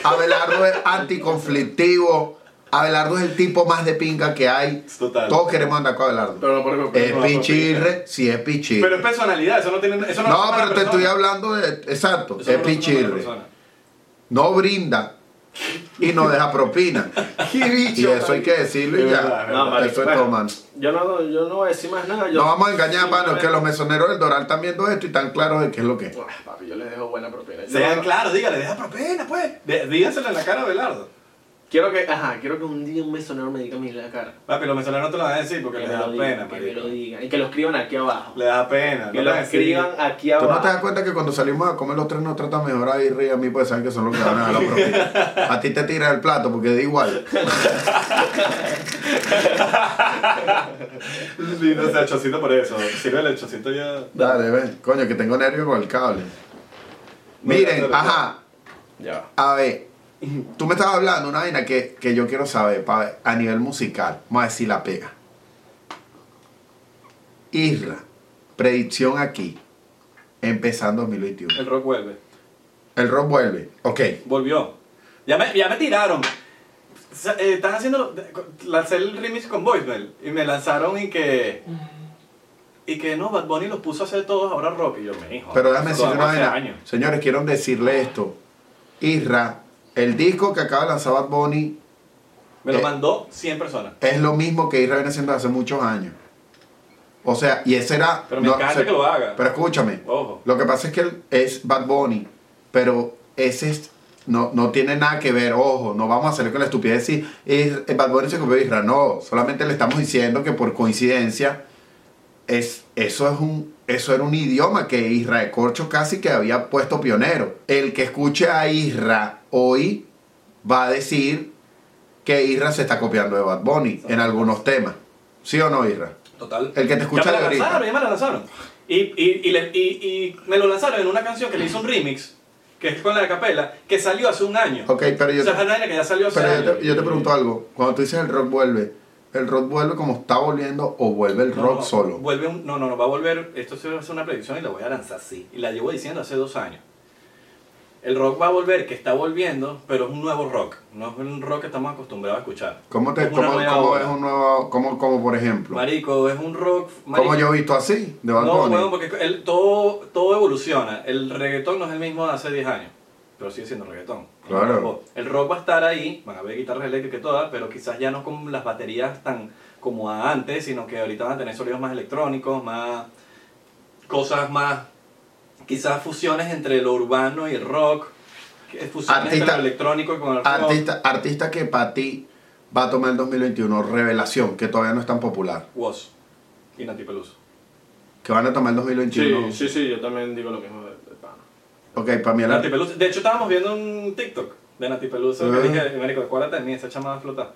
[SPEAKER 1] Abelardo es anticonflictivo. Abelardo es el tipo más de pinga que hay.
[SPEAKER 2] Total.
[SPEAKER 1] Todos queremos andar con Abelardo.
[SPEAKER 5] Pero no por
[SPEAKER 1] es
[SPEAKER 5] no, por-
[SPEAKER 1] pichirre, sí es pichirre.
[SPEAKER 2] Pero es personalidad, eso no tiene. Eso no,
[SPEAKER 1] no,
[SPEAKER 2] es
[SPEAKER 1] pero
[SPEAKER 2] una
[SPEAKER 1] te estoy
[SPEAKER 2] persona.
[SPEAKER 1] hablando de. Exacto,
[SPEAKER 2] Eso
[SPEAKER 1] es
[SPEAKER 2] no una
[SPEAKER 1] pichirre.
[SPEAKER 2] persona.
[SPEAKER 1] No brinda y no deja
[SPEAKER 2] (laughs)
[SPEAKER 1] propina. y eso hay que decirlo y
[SPEAKER 2] Es
[SPEAKER 1] ya.
[SPEAKER 2] verdad, es No,
[SPEAKER 5] verdad.
[SPEAKER 1] eso es
[SPEAKER 5] marico,
[SPEAKER 1] todo, mano.
[SPEAKER 5] Yo no, yo no voy a decir más nada. Yo
[SPEAKER 1] No vamos a engañar,
[SPEAKER 5] Sí,
[SPEAKER 1] mano,
[SPEAKER 5] no,
[SPEAKER 1] que
[SPEAKER 5] no.
[SPEAKER 1] los mesoneros del Doral están viendo esto y están claros de qué es lo que es.
[SPEAKER 5] Ah, Papi, yo les dejo buena propina. Yo
[SPEAKER 2] Sean
[SPEAKER 5] no-
[SPEAKER 2] claros, dígale, deja propena, pues. De- dígaselo en la cara a Belardo.
[SPEAKER 5] Quiero que, ajá, quiero que un día un mesonero me diga a mí en la cara.
[SPEAKER 2] Papi, los venezolanos no te lo van a decir porque
[SPEAKER 5] Que
[SPEAKER 2] les
[SPEAKER 5] me
[SPEAKER 2] da
[SPEAKER 5] lo diga,
[SPEAKER 2] pena,
[SPEAKER 5] que me lo
[SPEAKER 2] marico.
[SPEAKER 5] digan. Y que lo escriban aquí abajo.
[SPEAKER 2] Le da pena.
[SPEAKER 5] Que
[SPEAKER 2] no
[SPEAKER 5] lo
[SPEAKER 2] te decir. (laughs)
[SPEAKER 5] escriban aquí
[SPEAKER 1] ¿Tú no te das
[SPEAKER 5] abajo.
[SPEAKER 1] cuenta que cuando salimos a comer los tres nos tratan mejor ahí ríe a mí pues saben que son los que van a dar la
[SPEAKER 2] (laughs)
[SPEAKER 1] propina? A ti te tiras el plato porque da igual.
[SPEAKER 2] Lindo, o sea, chocito por eso. Sirve el chocito ya.
[SPEAKER 1] Dale, ven. Coño, que tengo nervios con el cable. Miren, ajá.
[SPEAKER 5] Ya.
[SPEAKER 1] A ver, tú me estabas hablando una vaina que, que yo quiero saber pa' ver, a nivel musical. Vamos a decir la pega. Isra, predicción aquí. Empezando 2021.
[SPEAKER 2] El rock vuelve.
[SPEAKER 1] El rock vuelve. Ok.
[SPEAKER 2] Volvió. Ya me, ya me tiraron. Sa- eh, están haciendo. Lancé el remix con Voicemail. Y me lanzaron y que. Y que no, Bad Bunny los puso a hacer todos ahora rock. Y yo me hijo.
[SPEAKER 1] Pero déjame
[SPEAKER 2] eso
[SPEAKER 1] decir una
[SPEAKER 2] hace
[SPEAKER 1] vaina.
[SPEAKER 2] años.
[SPEAKER 1] Señores, quiero decirle esto. Isra, el disco que acaba de lanzar Bad Bunny
[SPEAKER 2] Me lo
[SPEAKER 1] Eh.
[SPEAKER 2] mandó 100 personas.
[SPEAKER 1] es lo mismo que Isra viene haciendo hace muchos años. O sea, y ese era.
[SPEAKER 2] Pero me encanta que lo haga.
[SPEAKER 1] Pero escúchame.
[SPEAKER 2] Ojo.
[SPEAKER 1] Lo que pasa es que él es Bad Bunny, pero ese es- no, no tiene nada que ver, ojo, no vamos a salir con la estupidez de decir, "Es- eh, Bad Bunny se copió de Isra, no, solamente le estamos diciendo que por coincidencia, es, eso, es un, eso era un idioma que Isra de Corcho casi que había puesto pionero. El que escuche a Isra hoy va a decir que Isra se está copiando de Bad Bunny en algunos temas. ¿Sí o no, Isra?
[SPEAKER 2] Total.
[SPEAKER 1] El que te escucha
[SPEAKER 2] ya me
[SPEAKER 1] de
[SPEAKER 2] la
[SPEAKER 1] ahorita.
[SPEAKER 2] lanzaron, ya me la lanzaron. Y, y, y, le- y- y me lo lanzaron en una canción que le hizo un remix, que es con la de capela, que salió hace un año.
[SPEAKER 1] Ok, pero yo...
[SPEAKER 2] o sea, es una vaina que ya salió hace
[SPEAKER 1] Pero
[SPEAKER 2] años.
[SPEAKER 1] yo te, yo te pregunto algo. Cuando tú dices el rock vuelve, ¿el rock vuelve como está volviendo o vuelve el
[SPEAKER 2] No,
[SPEAKER 1] rock
[SPEAKER 2] no,
[SPEAKER 1] solo?
[SPEAKER 2] Vuelve un- no, no, no, va a volver. Esto se va a hacer una predicción y la voy a lanzar así. Y la llevo diciendo hace dos años. El rock va a volver, que está volviendo, pero es un nuevo rock. No es un rock que estamos acostumbrados a escuchar.
[SPEAKER 1] ¿Cómo te
[SPEAKER 2] es una
[SPEAKER 1] cómo,
[SPEAKER 2] nueva
[SPEAKER 1] cómo
[SPEAKER 2] ola.
[SPEAKER 1] es un nuevo como como por ejemplo?
[SPEAKER 2] Marico, es un rock.
[SPEAKER 1] ¿Cómo
[SPEAKER 2] marico,
[SPEAKER 1] yo he visto así de Bad
[SPEAKER 2] No,
[SPEAKER 1] Bunny?
[SPEAKER 2] huevón, porque el- todo, todo evoluciona. El reggaetón no es el mismo de hace 10 años, pero sigue siendo reggaetón.
[SPEAKER 1] Claro.
[SPEAKER 2] El rock va a estar ahí, van a haber guitarras eléctricas y todas, pero quizás ya no con las baterías tan como a antes, sino que ahorita van a tener sonidos más electrónicos, más cosas más, quizás fusiones entre lo urbano y el rock, que- fusiones entre
[SPEAKER 1] Artista-
[SPEAKER 2] lo electrónico y con el rock.
[SPEAKER 1] artista artista que para ti va a tomar el 2021 revelación que todavía no es tan popular.
[SPEAKER 2] Woz y Nati Peluso.
[SPEAKER 1] Que van a tomar el
[SPEAKER 5] Sí,
[SPEAKER 1] 2021.
[SPEAKER 5] sí, sí, yo también digo lo mismo de, de pana.
[SPEAKER 1] Ok, para mí el
[SPEAKER 2] Nati Peluso. De hecho, estábamos viendo un TikTok de Nati Peluso
[SPEAKER 1] Ah.
[SPEAKER 2] que dije, marico, acuérdate de mí, esa chama va a explotar.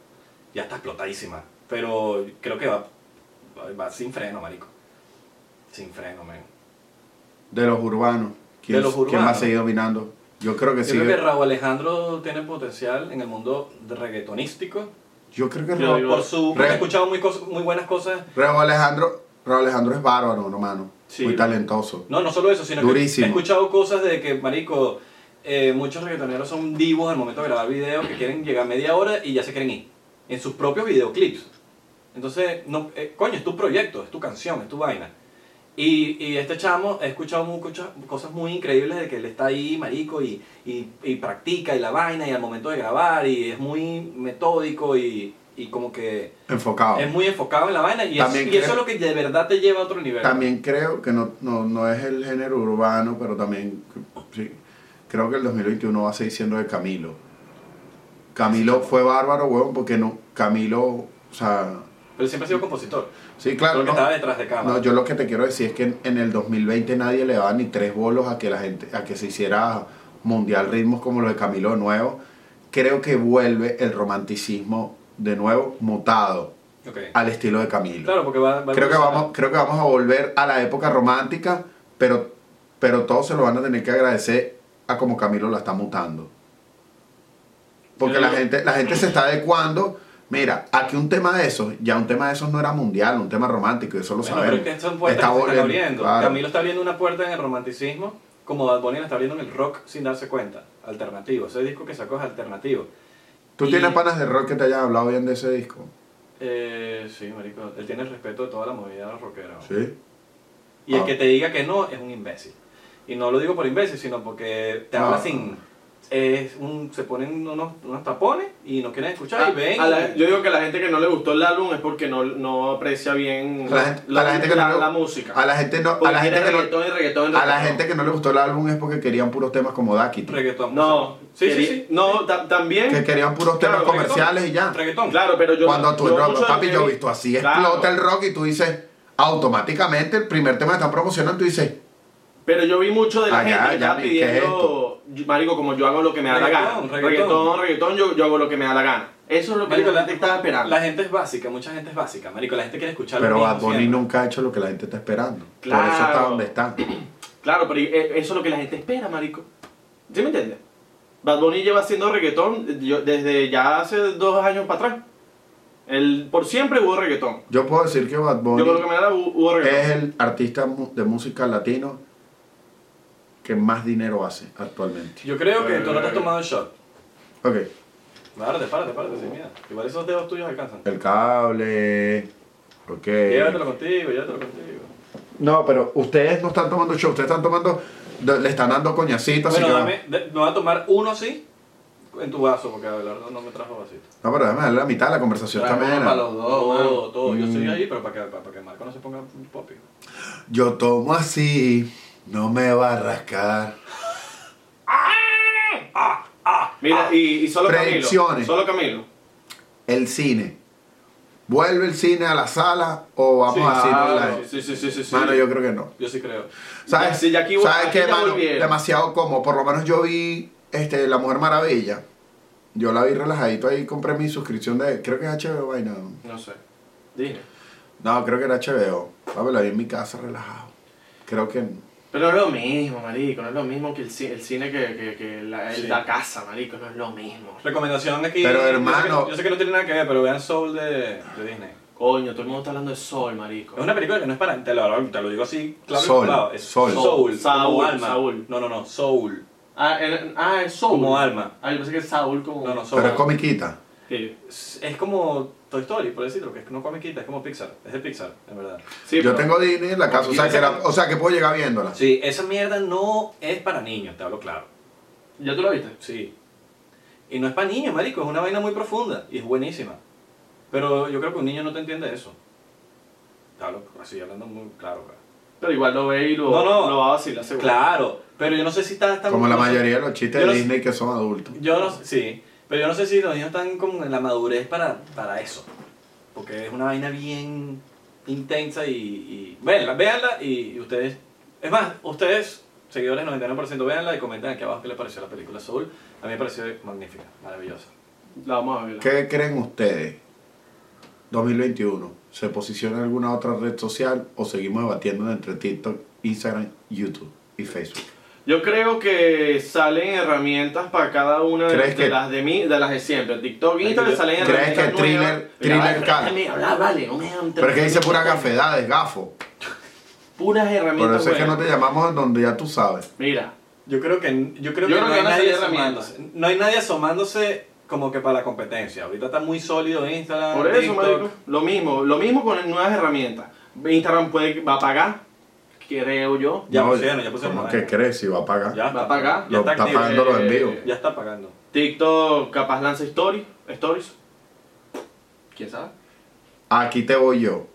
[SPEAKER 2] Ya está explotadísima, pero creo que va, va- va sin freno, marico. Sin freno, men.
[SPEAKER 1] de los urbanos. ¿Quién,
[SPEAKER 2] De los
[SPEAKER 1] ¿Quién va a
[SPEAKER 2] urbanos.
[SPEAKER 1] seguir dominando? Yo creo que
[SPEAKER 2] Yo
[SPEAKER 1] Pues sí.
[SPEAKER 2] creo que Raúl Alejandro tiene potencial en el mundo de reggaetonístico.
[SPEAKER 1] Yo creo que
[SPEAKER 5] Yo
[SPEAKER 1] Ra-
[SPEAKER 5] digo-
[SPEAKER 2] Por su...
[SPEAKER 1] Re-
[SPEAKER 2] He escuchado muy, cos- muy buenas cosas.
[SPEAKER 1] Raúl Alejandro, Raúl Alejandro es bárbaro, hermano.
[SPEAKER 5] Sí.
[SPEAKER 1] Muy talentoso.
[SPEAKER 2] No, no solo eso, sino
[SPEAKER 1] Durísimo.
[SPEAKER 2] que he escuchado cosas de que, marico, eh, muchos reggaetoneros son divos al momento de grabar videos que quieren llegar a media hora y ya se quieren ir. En sus propios videoclips. Entonces, no, eh, coño, es tu proyecto, es tu canción, es tu vaina. Y, y este chamo, he escuchado muchas cosas muy increíbles de que él está ahí, marico, y, y, y practica y la vaina, y al momento de grabar, y es muy metódico y, y como que
[SPEAKER 1] Enfocado.
[SPEAKER 2] es muy enfocado en la vaina, y, es-
[SPEAKER 1] También
[SPEAKER 2] y
[SPEAKER 1] creo-
[SPEAKER 2] eso es lo que de verdad te lleva a otro nivel.
[SPEAKER 1] También creo que no, no, no es el género urbano, pero también sí, creo que el 2021 va a seguir siendo de Camilo. Camilo fue bárbaro, huevón, porque no, Camilo, o sea,
[SPEAKER 2] Pero siempre ha sido compositor.
[SPEAKER 1] sí, claro.
[SPEAKER 2] Lo que
[SPEAKER 1] no,
[SPEAKER 2] estaba detrás de cámara.
[SPEAKER 1] No, yo lo que te quiero decir es que en, en el 2020 nadie le daba ni tres bolos a que la gente, a que se hiciera mundial ritmos como los de Camilo de nuevo. Creo que vuelve el romanticismo de nuevo mutado
[SPEAKER 2] Ok.
[SPEAKER 1] al estilo de Camilo.
[SPEAKER 2] Claro, porque va, va a
[SPEAKER 1] Ah, creo que
[SPEAKER 2] evolucionar.
[SPEAKER 1] vamos creo que vamos a volver a la época romántica pero pero todos se lo van a tener que agradecer a como Camilo la está mutando porque la gente la gente se está adecuando mira aquí un tema de esos ya un tema de esos no era mundial un tema romántico eso lo
[SPEAKER 2] Bueno, pero
[SPEAKER 1] sabemos
[SPEAKER 2] es que son puertas que se están
[SPEAKER 1] volviendo,
[SPEAKER 2] abriendo.
[SPEAKER 1] claro.
[SPEAKER 2] Camilo está abriendo una puerta en el romanticismo, como Bad Bunny la está abriendo en el rock sin darse cuenta. Alternativo. Ese disco que sacó es alternativo.
[SPEAKER 1] ¿Tú
[SPEAKER 2] Y-
[SPEAKER 1] tienes panas de rock que te hayan hablado bien de ese disco?
[SPEAKER 2] Eh, sí, marico, él tiene el respeto de toda la movida rockera. ¿no?
[SPEAKER 1] Sí.
[SPEAKER 2] Y el
[SPEAKER 1] Ah.
[SPEAKER 2] que te diga que no es un imbécil. Y no lo digo por imbécil, sino porque te
[SPEAKER 1] Ah.
[SPEAKER 2] habla sin... Es un, se ponen unos, unos tapones y no quieren escuchar y ven.
[SPEAKER 5] Ah, A la- yo digo que a la gente que no le gustó el álbum es porque no, no aprecia bien
[SPEAKER 1] A la gente- a la gente que no le-
[SPEAKER 5] la música.
[SPEAKER 1] A la gente no, a
[SPEAKER 5] Porque
[SPEAKER 1] la gente
[SPEAKER 5] tiene
[SPEAKER 1] que no,
[SPEAKER 5] reggaetón y reggaetón y
[SPEAKER 1] a la
[SPEAKER 5] reggaetón.
[SPEAKER 1] gente que no le gustó el álbum es porque querían puros temas como Ducky.
[SPEAKER 2] reggaetón.
[SPEAKER 5] No,
[SPEAKER 2] sí, sí,
[SPEAKER 5] querí-
[SPEAKER 2] sí.
[SPEAKER 5] No, ta- también.
[SPEAKER 1] Que querían puros temas
[SPEAKER 5] Claro,
[SPEAKER 1] comerciales y ya.
[SPEAKER 2] Reggaetón.
[SPEAKER 5] Claro, pero yo.
[SPEAKER 1] Cuando tú
[SPEAKER 5] yo
[SPEAKER 1] rock,
[SPEAKER 5] mucho de
[SPEAKER 1] papi,
[SPEAKER 5] lo que
[SPEAKER 1] yo he
[SPEAKER 5] vi-
[SPEAKER 1] visto así,
[SPEAKER 5] Claro,
[SPEAKER 1] explota el rock y tú dices, automáticamente el primer tema que están promocionando, tú dices,
[SPEAKER 5] Pero yo vi mucho de la
[SPEAKER 1] Ah,
[SPEAKER 5] gente
[SPEAKER 1] ya,
[SPEAKER 5] que
[SPEAKER 1] ya,
[SPEAKER 5] estaba
[SPEAKER 1] ¿qué es
[SPEAKER 5] pidiendo. yo- Marico, como yo hago lo que me da la gana.
[SPEAKER 2] Reggaetón, reggaetón.
[SPEAKER 5] Reggaetón, reggaetón, yo, yo hago lo que me da la gana. Eso es lo que
[SPEAKER 2] Marico,
[SPEAKER 5] la gente estaba esperando.
[SPEAKER 2] La gente es básica, mucha gente es básica, marico. La gente quiere escuchar lo
[SPEAKER 1] pero
[SPEAKER 2] mismo
[SPEAKER 1] Bad Bunny
[SPEAKER 2] siempre.
[SPEAKER 1] nunca ha hecho lo que la gente está esperando. Por eso está
[SPEAKER 5] Claro.
[SPEAKER 1] donde está.
[SPEAKER 5] Claro, pero eh, eso es lo que la gente espera, marico. ¿Sí me entiendes? Bad Bunny lleva haciendo reggaetón yo- desde ya hace dos años para atrás. El, por siempre hubo reggaetón.
[SPEAKER 1] Yo puedo decir que Bad Bunny
[SPEAKER 5] Yo creo que me da hu- hubo reggaetón.
[SPEAKER 1] es el artista mu- de música latino que más dinero hace actualmente.
[SPEAKER 2] Yo creo que tú no te has tomado el shot.
[SPEAKER 1] Ok,
[SPEAKER 2] Párate, párate, párate, sin miedo. Igual esos dedos tuyos alcanzan.
[SPEAKER 1] el cable. Ok.
[SPEAKER 2] Llévatelo contigo, llévatelo contigo.
[SPEAKER 1] No, pero ustedes no están tomando show, ustedes están tomando. Le están dando coñacitas.
[SPEAKER 2] Bueno,
[SPEAKER 1] así que-
[SPEAKER 2] dame, de- me voy a tomar uno sí en tu vaso, porque Abelardo no me trajo vasito.
[SPEAKER 1] No, pero déjame darle la mitad de la conversación
[SPEAKER 2] Trajo
[SPEAKER 1] también.
[SPEAKER 2] uno para los dos, todo,
[SPEAKER 1] mano.
[SPEAKER 2] todo. Yo estoy
[SPEAKER 1] Mm.
[SPEAKER 2] ahí, pero para que, para, para que Marco no se ponga un popi.
[SPEAKER 1] Yo tomo así, no me va a rascar.
[SPEAKER 5] Mira, y, y solo Camilo.
[SPEAKER 1] Predicciones.
[SPEAKER 5] Solo Camilo.
[SPEAKER 1] El cine. ¿Vuelve el cine a la sala o vamos
[SPEAKER 2] Sí,
[SPEAKER 1] a cine
[SPEAKER 5] Ah,
[SPEAKER 1] online?
[SPEAKER 5] sí, sí, sí, sí, sí.
[SPEAKER 1] Mano, yo creo que no.
[SPEAKER 2] Yo sí creo.
[SPEAKER 1] ¿Sabes,
[SPEAKER 5] Sí, ya aquí-
[SPEAKER 1] ¿sabes
[SPEAKER 5] aquí
[SPEAKER 1] qué,
[SPEAKER 5] ya
[SPEAKER 1] mano?
[SPEAKER 5] volvieron.
[SPEAKER 1] Demasiado como. Por lo menos yo vi este, La Mujer Maravilla. Yo la vi relajadito ahí, compré mi suscripción de. Creo que es HBO, vaina.
[SPEAKER 5] No sé. Dije.
[SPEAKER 1] No, creo que era HBO. Papi, la vi en mi casa relajado. Creo que.
[SPEAKER 5] Pero no es lo mismo, marico. No es lo mismo que el, ci- el cine que, que, que la, el-
[SPEAKER 2] Sí.
[SPEAKER 5] la casa, marico. No es lo mismo.
[SPEAKER 2] Recomendación aquí.
[SPEAKER 1] Pero,
[SPEAKER 2] yo sé que- Yo sé
[SPEAKER 1] hermano-
[SPEAKER 2] que, no tiene nada que ver, pero vean Soul de, de Disney.
[SPEAKER 5] Coño, todo el mundo está hablando de sol, marico.
[SPEAKER 2] Es una película que no es para. Te lo, te lo digo así, claro. y
[SPEAKER 1] Soul,
[SPEAKER 2] claro, Es
[SPEAKER 1] Soul.
[SPEAKER 2] Soul. como
[SPEAKER 5] Saúl,
[SPEAKER 2] alma.
[SPEAKER 5] Saúl.
[SPEAKER 2] No, no, no. Soul.
[SPEAKER 5] Ah, en- ah, es Soul.
[SPEAKER 2] Como alma.
[SPEAKER 5] Ah, yo pensé que es Saúl como.
[SPEAKER 2] No, no, Soul.
[SPEAKER 1] Pero es comiquita.
[SPEAKER 5] Sí,
[SPEAKER 2] Es- es como Toy Story, por decirlo, que es- no comiquita, es como Pixar. Es de Pixar, en verdad.
[SPEAKER 5] Sí,
[SPEAKER 1] yo
[SPEAKER 5] pero-
[SPEAKER 1] tengo Disney en la casa, o sea, que la- o sea que puedo llegar viéndola.
[SPEAKER 2] Sí, esa mierda no es para niños, te hablo claro.
[SPEAKER 5] ¿Ya tú lo viste?
[SPEAKER 2] Sí. Y no es para niños, marico, es una vaina muy profunda y es buenísima. Pero yo creo que un niño no te entiende eso. Te hablo así, hablando muy claro. pues. güey.
[SPEAKER 5] Pero igual lo ve y lo,
[SPEAKER 2] No, no.
[SPEAKER 5] lo va a vacilar seguro.
[SPEAKER 2] Claro, pero yo no sé si estás tan...
[SPEAKER 1] Como la
[SPEAKER 2] no sé-
[SPEAKER 1] mayoría de los chistes
[SPEAKER 2] Yo
[SPEAKER 1] de
[SPEAKER 2] no-
[SPEAKER 1] Disney que son adultos.
[SPEAKER 2] Yo no sí, pero yo no sé si los niños están como en la madurez para, para eso. Porque es una vaina bien intensa y... y véanla, véanla y, y ustedes... Es más, ustedes, seguidores del 99%, véanla y comenten aquí abajo qué les pareció la película Soul. A mí me pareció magnífica, maravillosa.
[SPEAKER 5] La vamos a ver.
[SPEAKER 1] ¿Qué creen ustedes? 2021, ¿se posiciona en alguna otra red social o seguimos debatiendo entre TikTok, Instagram, YouTube y Facebook?
[SPEAKER 5] Yo creo que salen herramientas para cada una de,
[SPEAKER 1] ¿Crees
[SPEAKER 5] de
[SPEAKER 1] que-
[SPEAKER 5] las de mí, de las de siempre. Tiktok, Instagram
[SPEAKER 2] yo-
[SPEAKER 5] salen
[SPEAKER 1] ¿Crees
[SPEAKER 5] herramientas
[SPEAKER 1] que Thriller-
[SPEAKER 5] nuevas.
[SPEAKER 1] Thriller
[SPEAKER 5] vale,
[SPEAKER 1] caga?
[SPEAKER 5] déjame hablar, vale, no me hagan-
[SPEAKER 1] Pero es que dice pura cafedades, gafo.
[SPEAKER 5] Puras
[SPEAKER 1] Por
[SPEAKER 5] herramientas
[SPEAKER 1] eso es que no
[SPEAKER 5] buenas.
[SPEAKER 1] te llamamos en donde ya tú sabes.
[SPEAKER 5] Mira,
[SPEAKER 2] Yo creo que, yo creo
[SPEAKER 5] Yo
[SPEAKER 2] que
[SPEAKER 5] creo
[SPEAKER 2] no
[SPEAKER 5] que
[SPEAKER 2] hay
[SPEAKER 5] van a
[SPEAKER 2] nadie
[SPEAKER 5] salir herramientas.
[SPEAKER 2] asomándose. No hay nadie asomándose como que para la competencia. Ahorita está muy sólido Instagram.
[SPEAKER 5] por eso,
[SPEAKER 2] TikTok.
[SPEAKER 5] marico, lo mismo, lo mismo con nuevas herramientas. Instagram puede, va a pagar, creo yo.
[SPEAKER 2] Ya
[SPEAKER 1] No,
[SPEAKER 2] pusieron, ya pusieron.
[SPEAKER 1] ¿Cómo
[SPEAKER 2] la
[SPEAKER 1] que
[SPEAKER 2] vaina.
[SPEAKER 1] crees si va a pagar?
[SPEAKER 2] Ya está,
[SPEAKER 5] Va para acá.
[SPEAKER 2] Ya
[SPEAKER 1] Lo
[SPEAKER 2] está,
[SPEAKER 1] está
[SPEAKER 2] activo.
[SPEAKER 1] pagando los
[SPEAKER 5] Eh,
[SPEAKER 1] envíos.
[SPEAKER 2] Ya está pagando.
[SPEAKER 5] TikTok capaz lanza stories, stories. ¿Quién sabe?
[SPEAKER 1] Aquí te voy yo.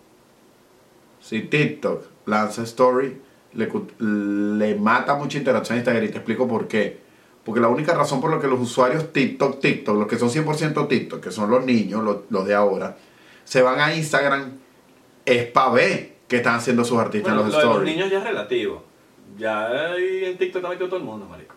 [SPEAKER 1] Si TikTok lanza story, le, cu- le mata mucha interacción a Instagram y te explico por qué. Porque la única razón por la que los usuarios TikTok, TikTok, los que son 100% TikTok, que son los niños, los, los de ahora, se van a Instagram es para ver qué están haciendo sus artistas
[SPEAKER 2] Bueno,
[SPEAKER 1] en
[SPEAKER 2] lo
[SPEAKER 1] los
[SPEAKER 2] de los
[SPEAKER 1] stories.
[SPEAKER 2] niños ya es relativo. Ya ahí en TikTok está metido todo el mundo, marico.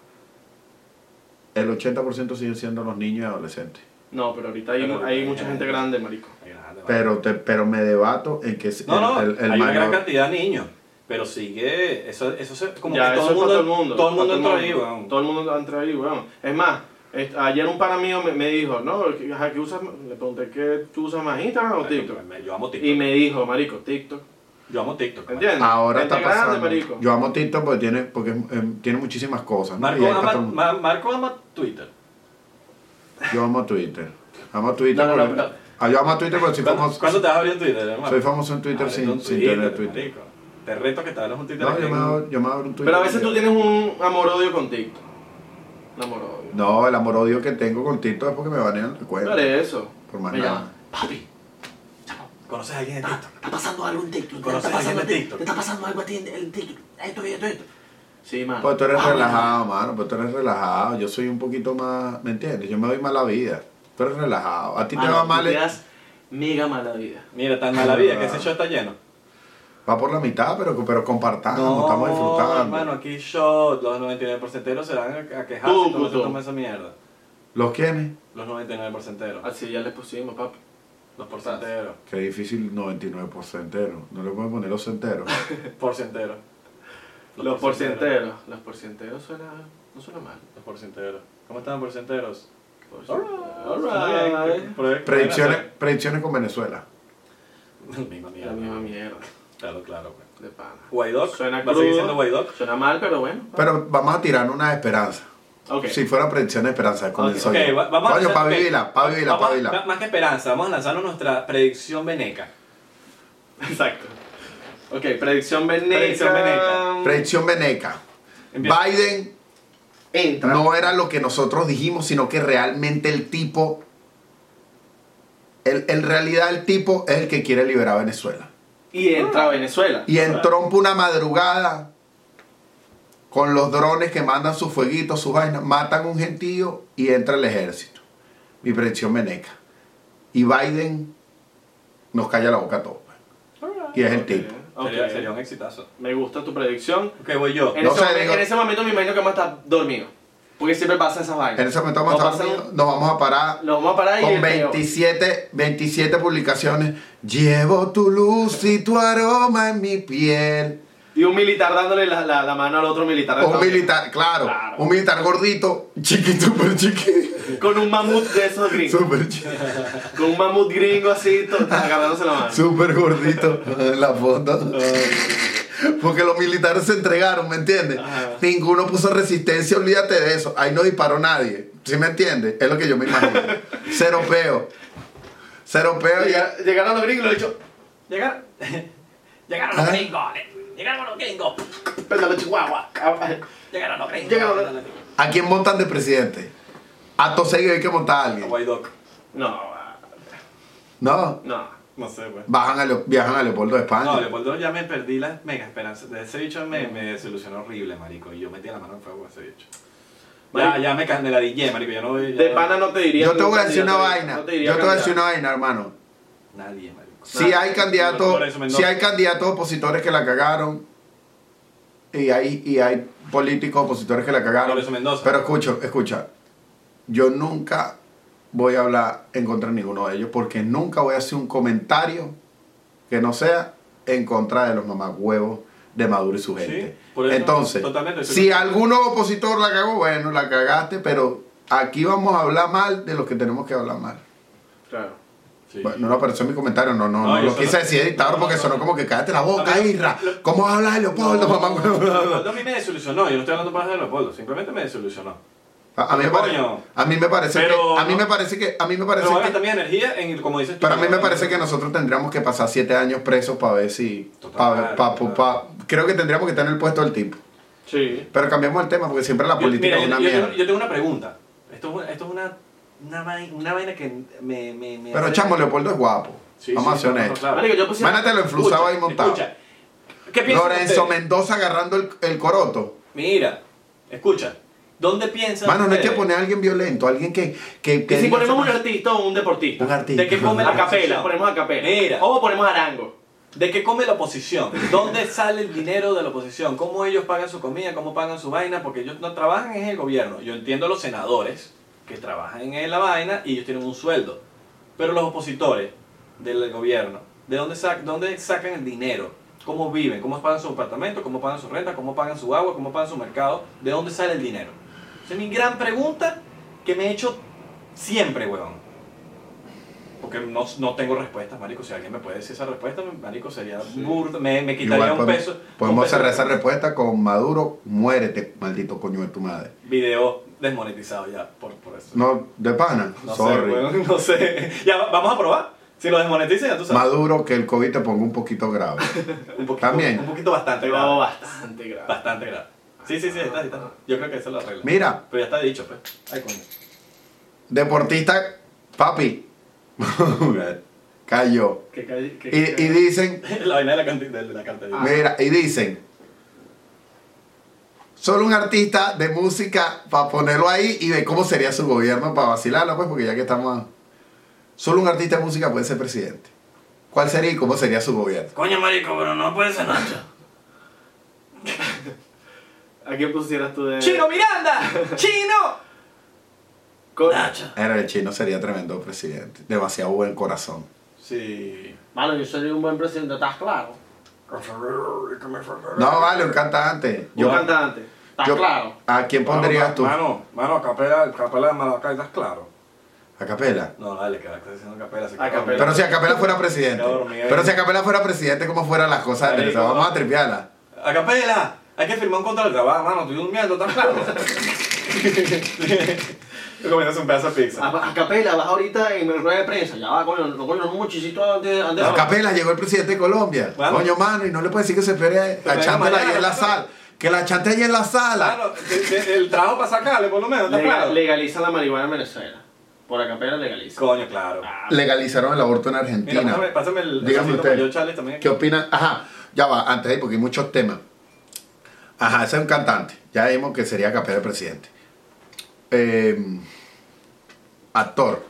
[SPEAKER 1] El 80% siguen siendo los niños y adolescentes.
[SPEAKER 5] No, pero ahorita hay,
[SPEAKER 2] Pero-
[SPEAKER 5] hay mucha gente grande, marico.
[SPEAKER 2] Ay, grande, vale.
[SPEAKER 1] Pero, te, pero me debato en que
[SPEAKER 2] no, no,
[SPEAKER 1] el, el
[SPEAKER 2] hay una gran
[SPEAKER 1] mayor-
[SPEAKER 2] cantidad de niños. Pero sigue, eso, eso se, como
[SPEAKER 5] Ya,
[SPEAKER 2] que todo
[SPEAKER 5] eso
[SPEAKER 2] el, mundo,
[SPEAKER 5] es para todo el mundo.
[SPEAKER 2] todo el
[SPEAKER 5] para
[SPEAKER 2] mundo entró ahí, weón.
[SPEAKER 5] Todo el mundo entra ahí, weón. Es más, es- ayer un pana mío me, me dijo, no, que- ajá, ¿qué usas? más?" Le pregunté, ¿qué tú usas más, Instagram o TikTok?
[SPEAKER 2] Yo amo
[SPEAKER 5] Y
[SPEAKER 2] TikTok.
[SPEAKER 5] me dijo, marico, TikTok.
[SPEAKER 2] Yo amo TikTok. marico.
[SPEAKER 5] ¿Entiendes?
[SPEAKER 1] Ahora
[SPEAKER 5] Gente
[SPEAKER 1] está pasando.
[SPEAKER 5] grande, marico.
[SPEAKER 1] Yo amo TikTok porque tiene, porque, em, tiene muchísimas cosas. ¿no? Y
[SPEAKER 2] Marco
[SPEAKER 1] ahí está
[SPEAKER 2] ama,
[SPEAKER 1] todo el mundo.
[SPEAKER 2] Ma- Marco ama Twitter.
[SPEAKER 1] Yo amo Twitter. Amo Twitter.
[SPEAKER 5] No, no, no,
[SPEAKER 1] porque-
[SPEAKER 5] no.
[SPEAKER 1] Ah, yo amo Twitter porque soy
[SPEAKER 2] ¿Cuándo,
[SPEAKER 1] famoso.
[SPEAKER 2] cuándo te vas a abrir en Twitter? hermano?
[SPEAKER 1] Soy famoso en
[SPEAKER 5] Ah,
[SPEAKER 1] Twitter
[SPEAKER 2] Ábrete
[SPEAKER 1] sin,
[SPEAKER 2] un
[SPEAKER 1] sin tener Twitter.
[SPEAKER 2] marico. Te reto que te abras un Twitter.
[SPEAKER 1] No,
[SPEAKER 2] aquí
[SPEAKER 1] yo
[SPEAKER 2] en-
[SPEAKER 1] me, abro, yo me abro un Twitter.
[SPEAKER 5] Pero a veces tú tienes un amor-odio con TikTok. Un amor-odio.
[SPEAKER 1] No, el amor odio que tengo con Tito es porque me banean la
[SPEAKER 5] No
[SPEAKER 1] cuenta.
[SPEAKER 5] eres eso.
[SPEAKER 1] Por más
[SPEAKER 5] Me
[SPEAKER 1] nada.
[SPEAKER 5] llama. Papi,
[SPEAKER 2] ¿Conoces a alguien en
[SPEAKER 1] Ah,
[SPEAKER 2] TikTok?
[SPEAKER 5] está pasando algo en TikTok.
[SPEAKER 2] ¿Conoces a alguien en TikTok?
[SPEAKER 5] pasando algo a ti en, en TikTok. Esto, esto, esto. Sí, mano.
[SPEAKER 1] Pues tú eres
[SPEAKER 5] Ah,
[SPEAKER 1] relajado, mano. Pues tú eres relajado. Yo soy un poquito más. ¿Me entiendes? Yo me doy mala vida. Tú eres relajado. A ti te
[SPEAKER 5] mano,
[SPEAKER 1] va
[SPEAKER 5] tú
[SPEAKER 1] mal.
[SPEAKER 5] te das mega mala vida.
[SPEAKER 2] Mira, tan mala vida que ese show está lleno.
[SPEAKER 1] Va por la mitad, pero, pero compartamos. estamos disfrutando.
[SPEAKER 2] hermano, aquí show. Los 99%eros se van a, a quejar
[SPEAKER 5] Tú,
[SPEAKER 2] si tú no se
[SPEAKER 5] puto.
[SPEAKER 2] toma esa mierda.
[SPEAKER 1] ¿Los quiénes?
[SPEAKER 2] Los 99%eros.
[SPEAKER 5] Así Ah, ya le pusimos, papi.
[SPEAKER 2] Los porcenteros.
[SPEAKER 1] Qué difícil 99% entero. No le pueden poner los enteros.
[SPEAKER 2] Porcenteros.
[SPEAKER 5] Los porcienteros. Los porcienteros suena, no suena mal.
[SPEAKER 2] Los porcenteros. ¿Cómo están, porcenteros? (laughs)
[SPEAKER 5] Alright.
[SPEAKER 1] predicciones, predicciones con Venezuela.
[SPEAKER 2] Misma
[SPEAKER 5] La misma
[SPEAKER 2] mierda.
[SPEAKER 5] mierda.
[SPEAKER 2] Claro, claro. pues.
[SPEAKER 5] De pana.
[SPEAKER 2] Guaidoc.
[SPEAKER 5] Suena
[SPEAKER 2] ¿Va a seguir
[SPEAKER 5] crudo.
[SPEAKER 2] siendo Guaidoc?
[SPEAKER 5] Suena mal, pero bueno.
[SPEAKER 1] Pero vamos a tirar una esperanza.
[SPEAKER 5] Ok.
[SPEAKER 1] Si fuera predicción de esperanza, comenzó
[SPEAKER 2] Ok,
[SPEAKER 1] yo.
[SPEAKER 2] va- vamos
[SPEAKER 1] Coño,
[SPEAKER 2] a
[SPEAKER 1] pa'
[SPEAKER 2] hacer- ok,
[SPEAKER 1] vivirla, pa'
[SPEAKER 2] vamos-
[SPEAKER 1] vivirla, pa'
[SPEAKER 2] vamos-
[SPEAKER 1] vivirla.
[SPEAKER 2] Más que esperanza, vamos a lanzarnos nuestra predicción veneca.
[SPEAKER 5] Exacto. Ok, predicción veneca.
[SPEAKER 2] Predicción veneca.
[SPEAKER 1] Predicción veneca.
[SPEAKER 2] Empieza.
[SPEAKER 1] Biden
[SPEAKER 5] Entra.
[SPEAKER 1] no era lo que nosotros dijimos, sino que realmente el tipo, el- en realidad el tipo es el que quiere liberar a Venezuela.
[SPEAKER 5] Y entra a Venezuela.
[SPEAKER 1] Y en Trump una madrugada, con los drones que mandan sus fueguitos, sus vainas, matan un gentío y entra el ejército. Mi predicción meneca. Y Biden nos calla la boca a todos. Y es el tipo.
[SPEAKER 5] Ok.
[SPEAKER 2] Sería, sería un exitazo.
[SPEAKER 5] Me gusta tu predicción.
[SPEAKER 2] Ok, voy yo.
[SPEAKER 5] En,
[SPEAKER 1] No
[SPEAKER 5] ese
[SPEAKER 1] sé,
[SPEAKER 5] momento,
[SPEAKER 1] digo-
[SPEAKER 5] en ese momento me imagino que vamos a estar dormidos. Porque siempre pasa esas vainas.
[SPEAKER 1] En ese momento vamos a
[SPEAKER 5] Nos
[SPEAKER 1] Estados
[SPEAKER 5] pasa-
[SPEAKER 1] Unidos, nos vamos a parar
[SPEAKER 5] Nos vamos a parar y
[SPEAKER 1] con
[SPEAKER 5] el peo.
[SPEAKER 1] 27, 27 publicaciones. Llevo tu luz y tu aroma en mi piel.
[SPEAKER 5] Y un militar dándole la, la- la mano al otro militar. de
[SPEAKER 1] Un
[SPEAKER 5] Estados Unidos.
[SPEAKER 1] militar, claro,
[SPEAKER 5] Ah, Claro.
[SPEAKER 1] un militar gordito, chiquito, (laughs) súper chiquito.
[SPEAKER 5] Con un mamut de esos gringos.
[SPEAKER 1] Súper chiquito.
[SPEAKER 5] con un mamut gringo así, to- agarrándose la mano.
[SPEAKER 1] Súper gordito en la foto. Porque los militares se entregaron, ¿me entiendes? Ninguno puso resistencia, olvídate de eso. Ahí no disparó nadie. ¿Sí me entiendes? Es lo que yo me imagino. Cero peo. Cero peo y
[SPEAKER 5] Llega- Llegaron los gringos y le dicho,
[SPEAKER 2] Llegar. (laughs) Llegaron los
[SPEAKER 1] Ah.
[SPEAKER 2] gringos. eh. Llegaron los gringos.
[SPEAKER 5] pétalo chihuahua.
[SPEAKER 2] Llegaron los gringos. Llegaron
[SPEAKER 5] Llegaron los-
[SPEAKER 2] los gringos.
[SPEAKER 1] ¿a quién montan de presidente? A Toseguio hay que montar a
[SPEAKER 2] A
[SPEAKER 1] alguien.
[SPEAKER 2] Guaidoc.
[SPEAKER 5] No,
[SPEAKER 1] No,
[SPEAKER 5] no.
[SPEAKER 2] No sé, pues.
[SPEAKER 1] bajan a Leo- viajan a Leopoldo de
[SPEAKER 2] No,
[SPEAKER 1] España.
[SPEAKER 2] Leopoldo ya me perdí las mega esperanzas. De ese bicho me, me desilusionó horrible, marico. Y yo metí la mano en fuego a ese bicho. Ya,
[SPEAKER 5] Marico.
[SPEAKER 2] ya me candeladillé, marico. Ya no voy. ya
[SPEAKER 5] De
[SPEAKER 2] no-
[SPEAKER 5] pana no te diría.
[SPEAKER 1] Yo te voy
[SPEAKER 5] nunca,
[SPEAKER 1] a decir
[SPEAKER 5] ni
[SPEAKER 1] una
[SPEAKER 5] no
[SPEAKER 1] vaina.
[SPEAKER 5] no diría
[SPEAKER 1] Yo te voy a decir una
[SPEAKER 5] candidato.
[SPEAKER 1] vaina, hermano.
[SPEAKER 2] Nadie, marico.
[SPEAKER 1] Si
[SPEAKER 5] Nada.
[SPEAKER 1] hay candidatos,
[SPEAKER 2] Por eso, Mendoza.
[SPEAKER 1] si hay candidatos opositores que la cagaron y hay y hay políticos opositores que la cagaron.
[SPEAKER 2] Por eso, Mendoza.
[SPEAKER 1] Pero escucho, escucha. Yo nunca voy a hablar en contra de ninguno de ellos porque nunca voy a hacer un comentario que no sea en contra de los mamagüevos de Maduro y su gente.
[SPEAKER 2] por eso,
[SPEAKER 1] Entonces,
[SPEAKER 2] totalmente, estoy
[SPEAKER 1] si
[SPEAKER 2] contigo.
[SPEAKER 1] alguno opositor la cagó, bueno, la cagaste, pero aquí vamos a hablar mal de los que tenemos que hablar mal.
[SPEAKER 5] Claro.
[SPEAKER 2] Sí.
[SPEAKER 1] Bueno, no apareció en mi comentario, no, no,
[SPEAKER 2] No,
[SPEAKER 1] no,
[SPEAKER 2] yo
[SPEAKER 1] lo
[SPEAKER 2] solo-
[SPEAKER 1] quise decir dictador
[SPEAKER 2] no,
[SPEAKER 1] porque
[SPEAKER 2] no,
[SPEAKER 1] sonó
[SPEAKER 2] no.
[SPEAKER 1] como que cállate la boca,
[SPEAKER 2] No, no,
[SPEAKER 1] Isra. ¿Cómo vas a hablar de Leopoldo, mamá?
[SPEAKER 2] Leopoldo a mí me desilusionó. Yo no estoy hablando para de Leopoldo. Simplemente me desilusionó.
[SPEAKER 1] A, a mí me
[SPEAKER 2] Coño.
[SPEAKER 1] parece, a mí me parece
[SPEAKER 2] Pero-
[SPEAKER 1] que, a mí me parece que, a mí me parece
[SPEAKER 2] Pero voy a
[SPEAKER 1] que,
[SPEAKER 2] gastar mi energía en, el- como dices tú.
[SPEAKER 1] pero a mí me parece que nosotros tendríamos que pasar siete años presos para ver si,
[SPEAKER 2] Total,
[SPEAKER 1] pa, pa-
[SPEAKER 2] total.
[SPEAKER 1] pa- creo que tendríamos que estar en el puesto del tipo.
[SPEAKER 5] Sí.
[SPEAKER 1] Pero cambiamos el tema porque siempre la
[SPEAKER 2] Yo-
[SPEAKER 1] política
[SPEAKER 2] mira,
[SPEAKER 1] es
[SPEAKER 2] yo-
[SPEAKER 1] una
[SPEAKER 2] yo,
[SPEAKER 1] mierda.
[SPEAKER 2] tengo- yo tengo una pregunta. Esto es, una- esto es una, una, vai- una vaina que me. me, me
[SPEAKER 1] pero
[SPEAKER 2] hace-
[SPEAKER 1] chamo, Leopoldo es guapo.
[SPEAKER 2] Sí,
[SPEAKER 1] Vamos a
[SPEAKER 2] sí,
[SPEAKER 1] ser
[SPEAKER 2] no, no,
[SPEAKER 1] honestos.
[SPEAKER 2] claro.
[SPEAKER 5] Marico, yo pusiera-
[SPEAKER 1] Mándatelo enflusado ahí montado.
[SPEAKER 2] Escucha. ¿Qué piensan
[SPEAKER 1] Lorenzo
[SPEAKER 2] ustedes?
[SPEAKER 1] Mendoza agarrando el, el coroto.
[SPEAKER 2] Mira, escucha. ¿Dónde piensan
[SPEAKER 1] Mano, no hay que
[SPEAKER 2] ustedes?
[SPEAKER 1] poner a alguien violento, alguien que... que,
[SPEAKER 5] Que
[SPEAKER 1] que
[SPEAKER 5] si
[SPEAKER 1] diga-
[SPEAKER 5] ponemos un artista o un deportista.
[SPEAKER 1] Un artista.
[SPEAKER 2] ¿De qué come
[SPEAKER 5] A
[SPEAKER 2] la
[SPEAKER 5] capela,
[SPEAKER 2] oposición?
[SPEAKER 5] ponemos a capela.
[SPEAKER 2] Mira.
[SPEAKER 5] O ponemos arango.
[SPEAKER 2] ¿De qué come la oposición? ¿Dónde sale el dinero de la oposición? ¿Cómo ellos pagan su comida? ¿Cómo pagan su vaina? Porque ellos no trabajan en el gobierno. Yo entiendo a los senadores que trabajan en la vaina y ellos tienen un sueldo. Pero los opositores del gobierno, ¿de dónde, sac- dónde sacan el dinero? ¿Cómo viven? ¿Cómo pagan su apartamento? ¿Cómo pagan su renta? ¿Cómo pagan su agua? ¿Cómo pagan su mercado? ¿De dónde sale el dinero? Esa es mi gran pregunta que me he hecho siempre, huevón. Porque no, no tengo respuestas, marico. Si alguien me puede decir esa respuesta, marico, sería burda. Me, me quitaría
[SPEAKER 1] Igual
[SPEAKER 2] un
[SPEAKER 1] podemos,
[SPEAKER 2] peso.
[SPEAKER 1] podemos
[SPEAKER 2] un peso
[SPEAKER 1] cerrar
[SPEAKER 2] de-
[SPEAKER 1] esa respuesta con Maduro, muérete, maldito coño de tu madre.
[SPEAKER 2] Video desmonetizado ya por, por eso.
[SPEAKER 1] No, de pana.
[SPEAKER 2] No
[SPEAKER 1] Sorry.
[SPEAKER 2] sé, weón, no sé. (laughs) Ya, va- vamos a probar. Si lo desmonetizan, ya tú sabes.
[SPEAKER 1] Más duro que el COVID te ponga un poquito
[SPEAKER 2] (laughs)
[SPEAKER 1] grave.
[SPEAKER 2] Un poquito,
[SPEAKER 1] También.
[SPEAKER 2] Un poquito bastante
[SPEAKER 5] Pero
[SPEAKER 2] grave.
[SPEAKER 5] Oh, bastante grave.
[SPEAKER 2] Bastante grave. Sí, sí, sí, ahí está, ahí está. Yo creo que eso lo arregla.
[SPEAKER 1] Mira,
[SPEAKER 2] Pero ya está dicho, pues. Ay, coño. (laughs)
[SPEAKER 1] deportista, papi, (laughs) cayó.
[SPEAKER 5] Que cae- que-
[SPEAKER 1] Y, y dicen,
[SPEAKER 2] La vaina de la cantidad de la cartera.
[SPEAKER 1] mira, y dicen, solo un artista de música para ponerlo ahí y ver cómo sería su gobierno para vacilarlo, pues, porque ya que estamos... a- Solo un artista de música puede ser presidente. ¿Cuál sería y cómo sería su gobierno?
[SPEAKER 2] Coño, marico, pero no puede ser Nacho.
[SPEAKER 5] ¿A quién pusieras tú de.?
[SPEAKER 2] ¡Chino Miranda! ¡Chino!
[SPEAKER 5] Co-
[SPEAKER 2] Nacho.
[SPEAKER 1] Era el chino sería tremendo presidente. Demasiado buen corazón.
[SPEAKER 2] Sí.
[SPEAKER 5] Mano, yo soy un buen presidente, ¿estás claro?
[SPEAKER 1] No, vale, un cantante.
[SPEAKER 5] Yo
[SPEAKER 1] Yo,
[SPEAKER 5] cantante. ¿Estás
[SPEAKER 1] yo-
[SPEAKER 5] claro?
[SPEAKER 1] ¿A quién pondrías tú?
[SPEAKER 2] Mano, mano, capela, capela de Maracay, ¿estás claro?
[SPEAKER 1] A Capela.
[SPEAKER 2] No, dale, que estás diciendo capela. se
[SPEAKER 5] A
[SPEAKER 2] queda
[SPEAKER 5] capela.
[SPEAKER 1] Pero si Acapela fuera presidente.
[SPEAKER 2] Ya dormí, eh.
[SPEAKER 1] Pero si Acapela fuera presidente, ¿cómo fueran las cosas de
[SPEAKER 2] Marico.
[SPEAKER 1] Venezuela? Vamos a tripearla.
[SPEAKER 2] dormido. ¡A capela! Hay que firmar un contrato de trabajo, mano, estoy durmiendo, ¿estás
[SPEAKER 5] (laughs)
[SPEAKER 2] claro? (laughs) Tú comienzas un pedazo de pizza.
[SPEAKER 5] A, a capela, vas ahorita en rueda de prensa. Ya va, coño, no, coño, no muchísimo antes, antes.
[SPEAKER 1] Acapela llegó el presidente de Colombia.
[SPEAKER 2] Bueno.
[SPEAKER 1] Coño, mano, y no le puede decir que se espere
[SPEAKER 2] Pero
[SPEAKER 1] a chántela
[SPEAKER 2] mañana,
[SPEAKER 1] ahí en la
[SPEAKER 2] ¿no?
[SPEAKER 1] sala. Que la chante ahí en la sala.
[SPEAKER 2] Claro, el, el- el trabajo para sacarle, por lo menos, ¿estás
[SPEAKER 5] Lega-
[SPEAKER 2] claro?
[SPEAKER 5] legaliza la marihuana en Venezuela. Por a capela legaliza.
[SPEAKER 2] Coño, claro.
[SPEAKER 1] Legalizaron el aborto en
[SPEAKER 2] Mira,
[SPEAKER 1] Argentina.
[SPEAKER 2] pásame, pásame el. el
[SPEAKER 1] Dígame
[SPEAKER 2] vasito
[SPEAKER 1] usted.
[SPEAKER 2] para Yo, Charles, también.
[SPEAKER 1] ¿Qué opinan? Ajá, ya va, antes ahí, porque hay muchos temas. Ajá, ese es un cantante. Ya vimos que sería Capela el presidente. Eh, actor.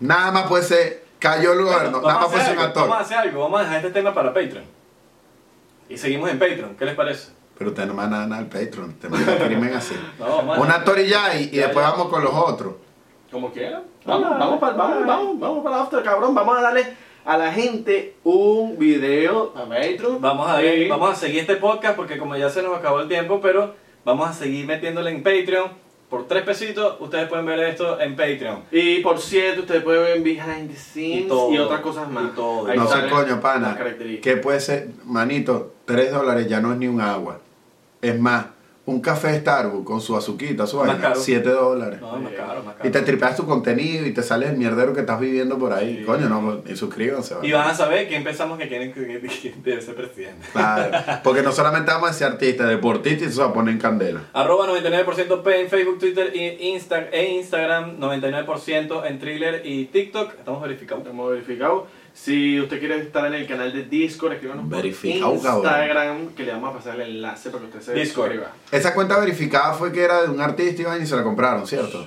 [SPEAKER 1] Nada más puede ser. Cayó el
[SPEAKER 2] Bueno, pues,
[SPEAKER 1] gobierno,
[SPEAKER 2] vamos
[SPEAKER 1] nada
[SPEAKER 2] a
[SPEAKER 1] más
[SPEAKER 2] hacer
[SPEAKER 1] puede ser un
[SPEAKER 2] algo, Vamos a
[SPEAKER 1] actor.
[SPEAKER 2] hacer algo, vamos a dejar este tema para Patreon. Y seguimos en Patreon, ¿qué les parece?
[SPEAKER 1] Pero usted no manda nada al Patreon, te manda el crimen así.
[SPEAKER 2] (laughs) No, mano.
[SPEAKER 1] un actor y ya, y, y
[SPEAKER 2] Ya,
[SPEAKER 1] después
[SPEAKER 2] ya.
[SPEAKER 1] vamos con los otros.
[SPEAKER 5] Como quieran. Vamos, vamos, para, vamos, vamos, vamos para la after, cabrón. Vamos a darle a la gente un video a Patreon.
[SPEAKER 2] Vamos a,
[SPEAKER 5] Sí.
[SPEAKER 2] vamos a seguir este podcast porque como ya se nos acabó el tiempo, pero vamos a seguir metiéndole en Patreon. Por tres pesitos, ustedes pueden ver esto en Patreon.
[SPEAKER 5] Y por cierto, ustedes pueden ver behind the scenes
[SPEAKER 2] Y
[SPEAKER 5] y,
[SPEAKER 2] todo.
[SPEAKER 5] otras cosas más.
[SPEAKER 2] Y todo.
[SPEAKER 5] Ahí
[SPEAKER 1] No sé,
[SPEAKER 5] salen
[SPEAKER 1] coño, pana.
[SPEAKER 5] las características.
[SPEAKER 1] Que puede ser, manito, 3 dólares ya no es ni un agua. Es más, un café Starbucks con su azuquita, su
[SPEAKER 2] Más
[SPEAKER 1] vaina,
[SPEAKER 2] caro.
[SPEAKER 1] 7 dólares.
[SPEAKER 2] No, es más caro, más
[SPEAKER 1] Y te
[SPEAKER 2] caro.
[SPEAKER 1] tripeas tu contenido y te sales el mierdero que estás viviendo por ahí.
[SPEAKER 2] Sí.
[SPEAKER 1] Coño, no, y suscríbanse. ¿vale?
[SPEAKER 2] Y van a saber quién pensamos que quieren que, que- que debe ser presidente. (laughs)
[SPEAKER 1] Claro, porque no solamente vamos a decir artista, deportista y eso se pone en candela.
[SPEAKER 2] Arroba 99% P en Facebook, Twitter e, Insta- e Instagram, 99% en Thriller y TikTok. Estamos verificados.
[SPEAKER 5] Estamos verificados. Si usted quiere estar en el canal de Discord, escríbanos por
[SPEAKER 1] Verificado, cabrón.
[SPEAKER 5] Instagram, que le vamos a pasar el enlace para que usted se
[SPEAKER 2] Discord.
[SPEAKER 5] suscriba.
[SPEAKER 1] Esa cuenta verificada fue que era de un artista y vaina, y se la compraron, ¿cierto?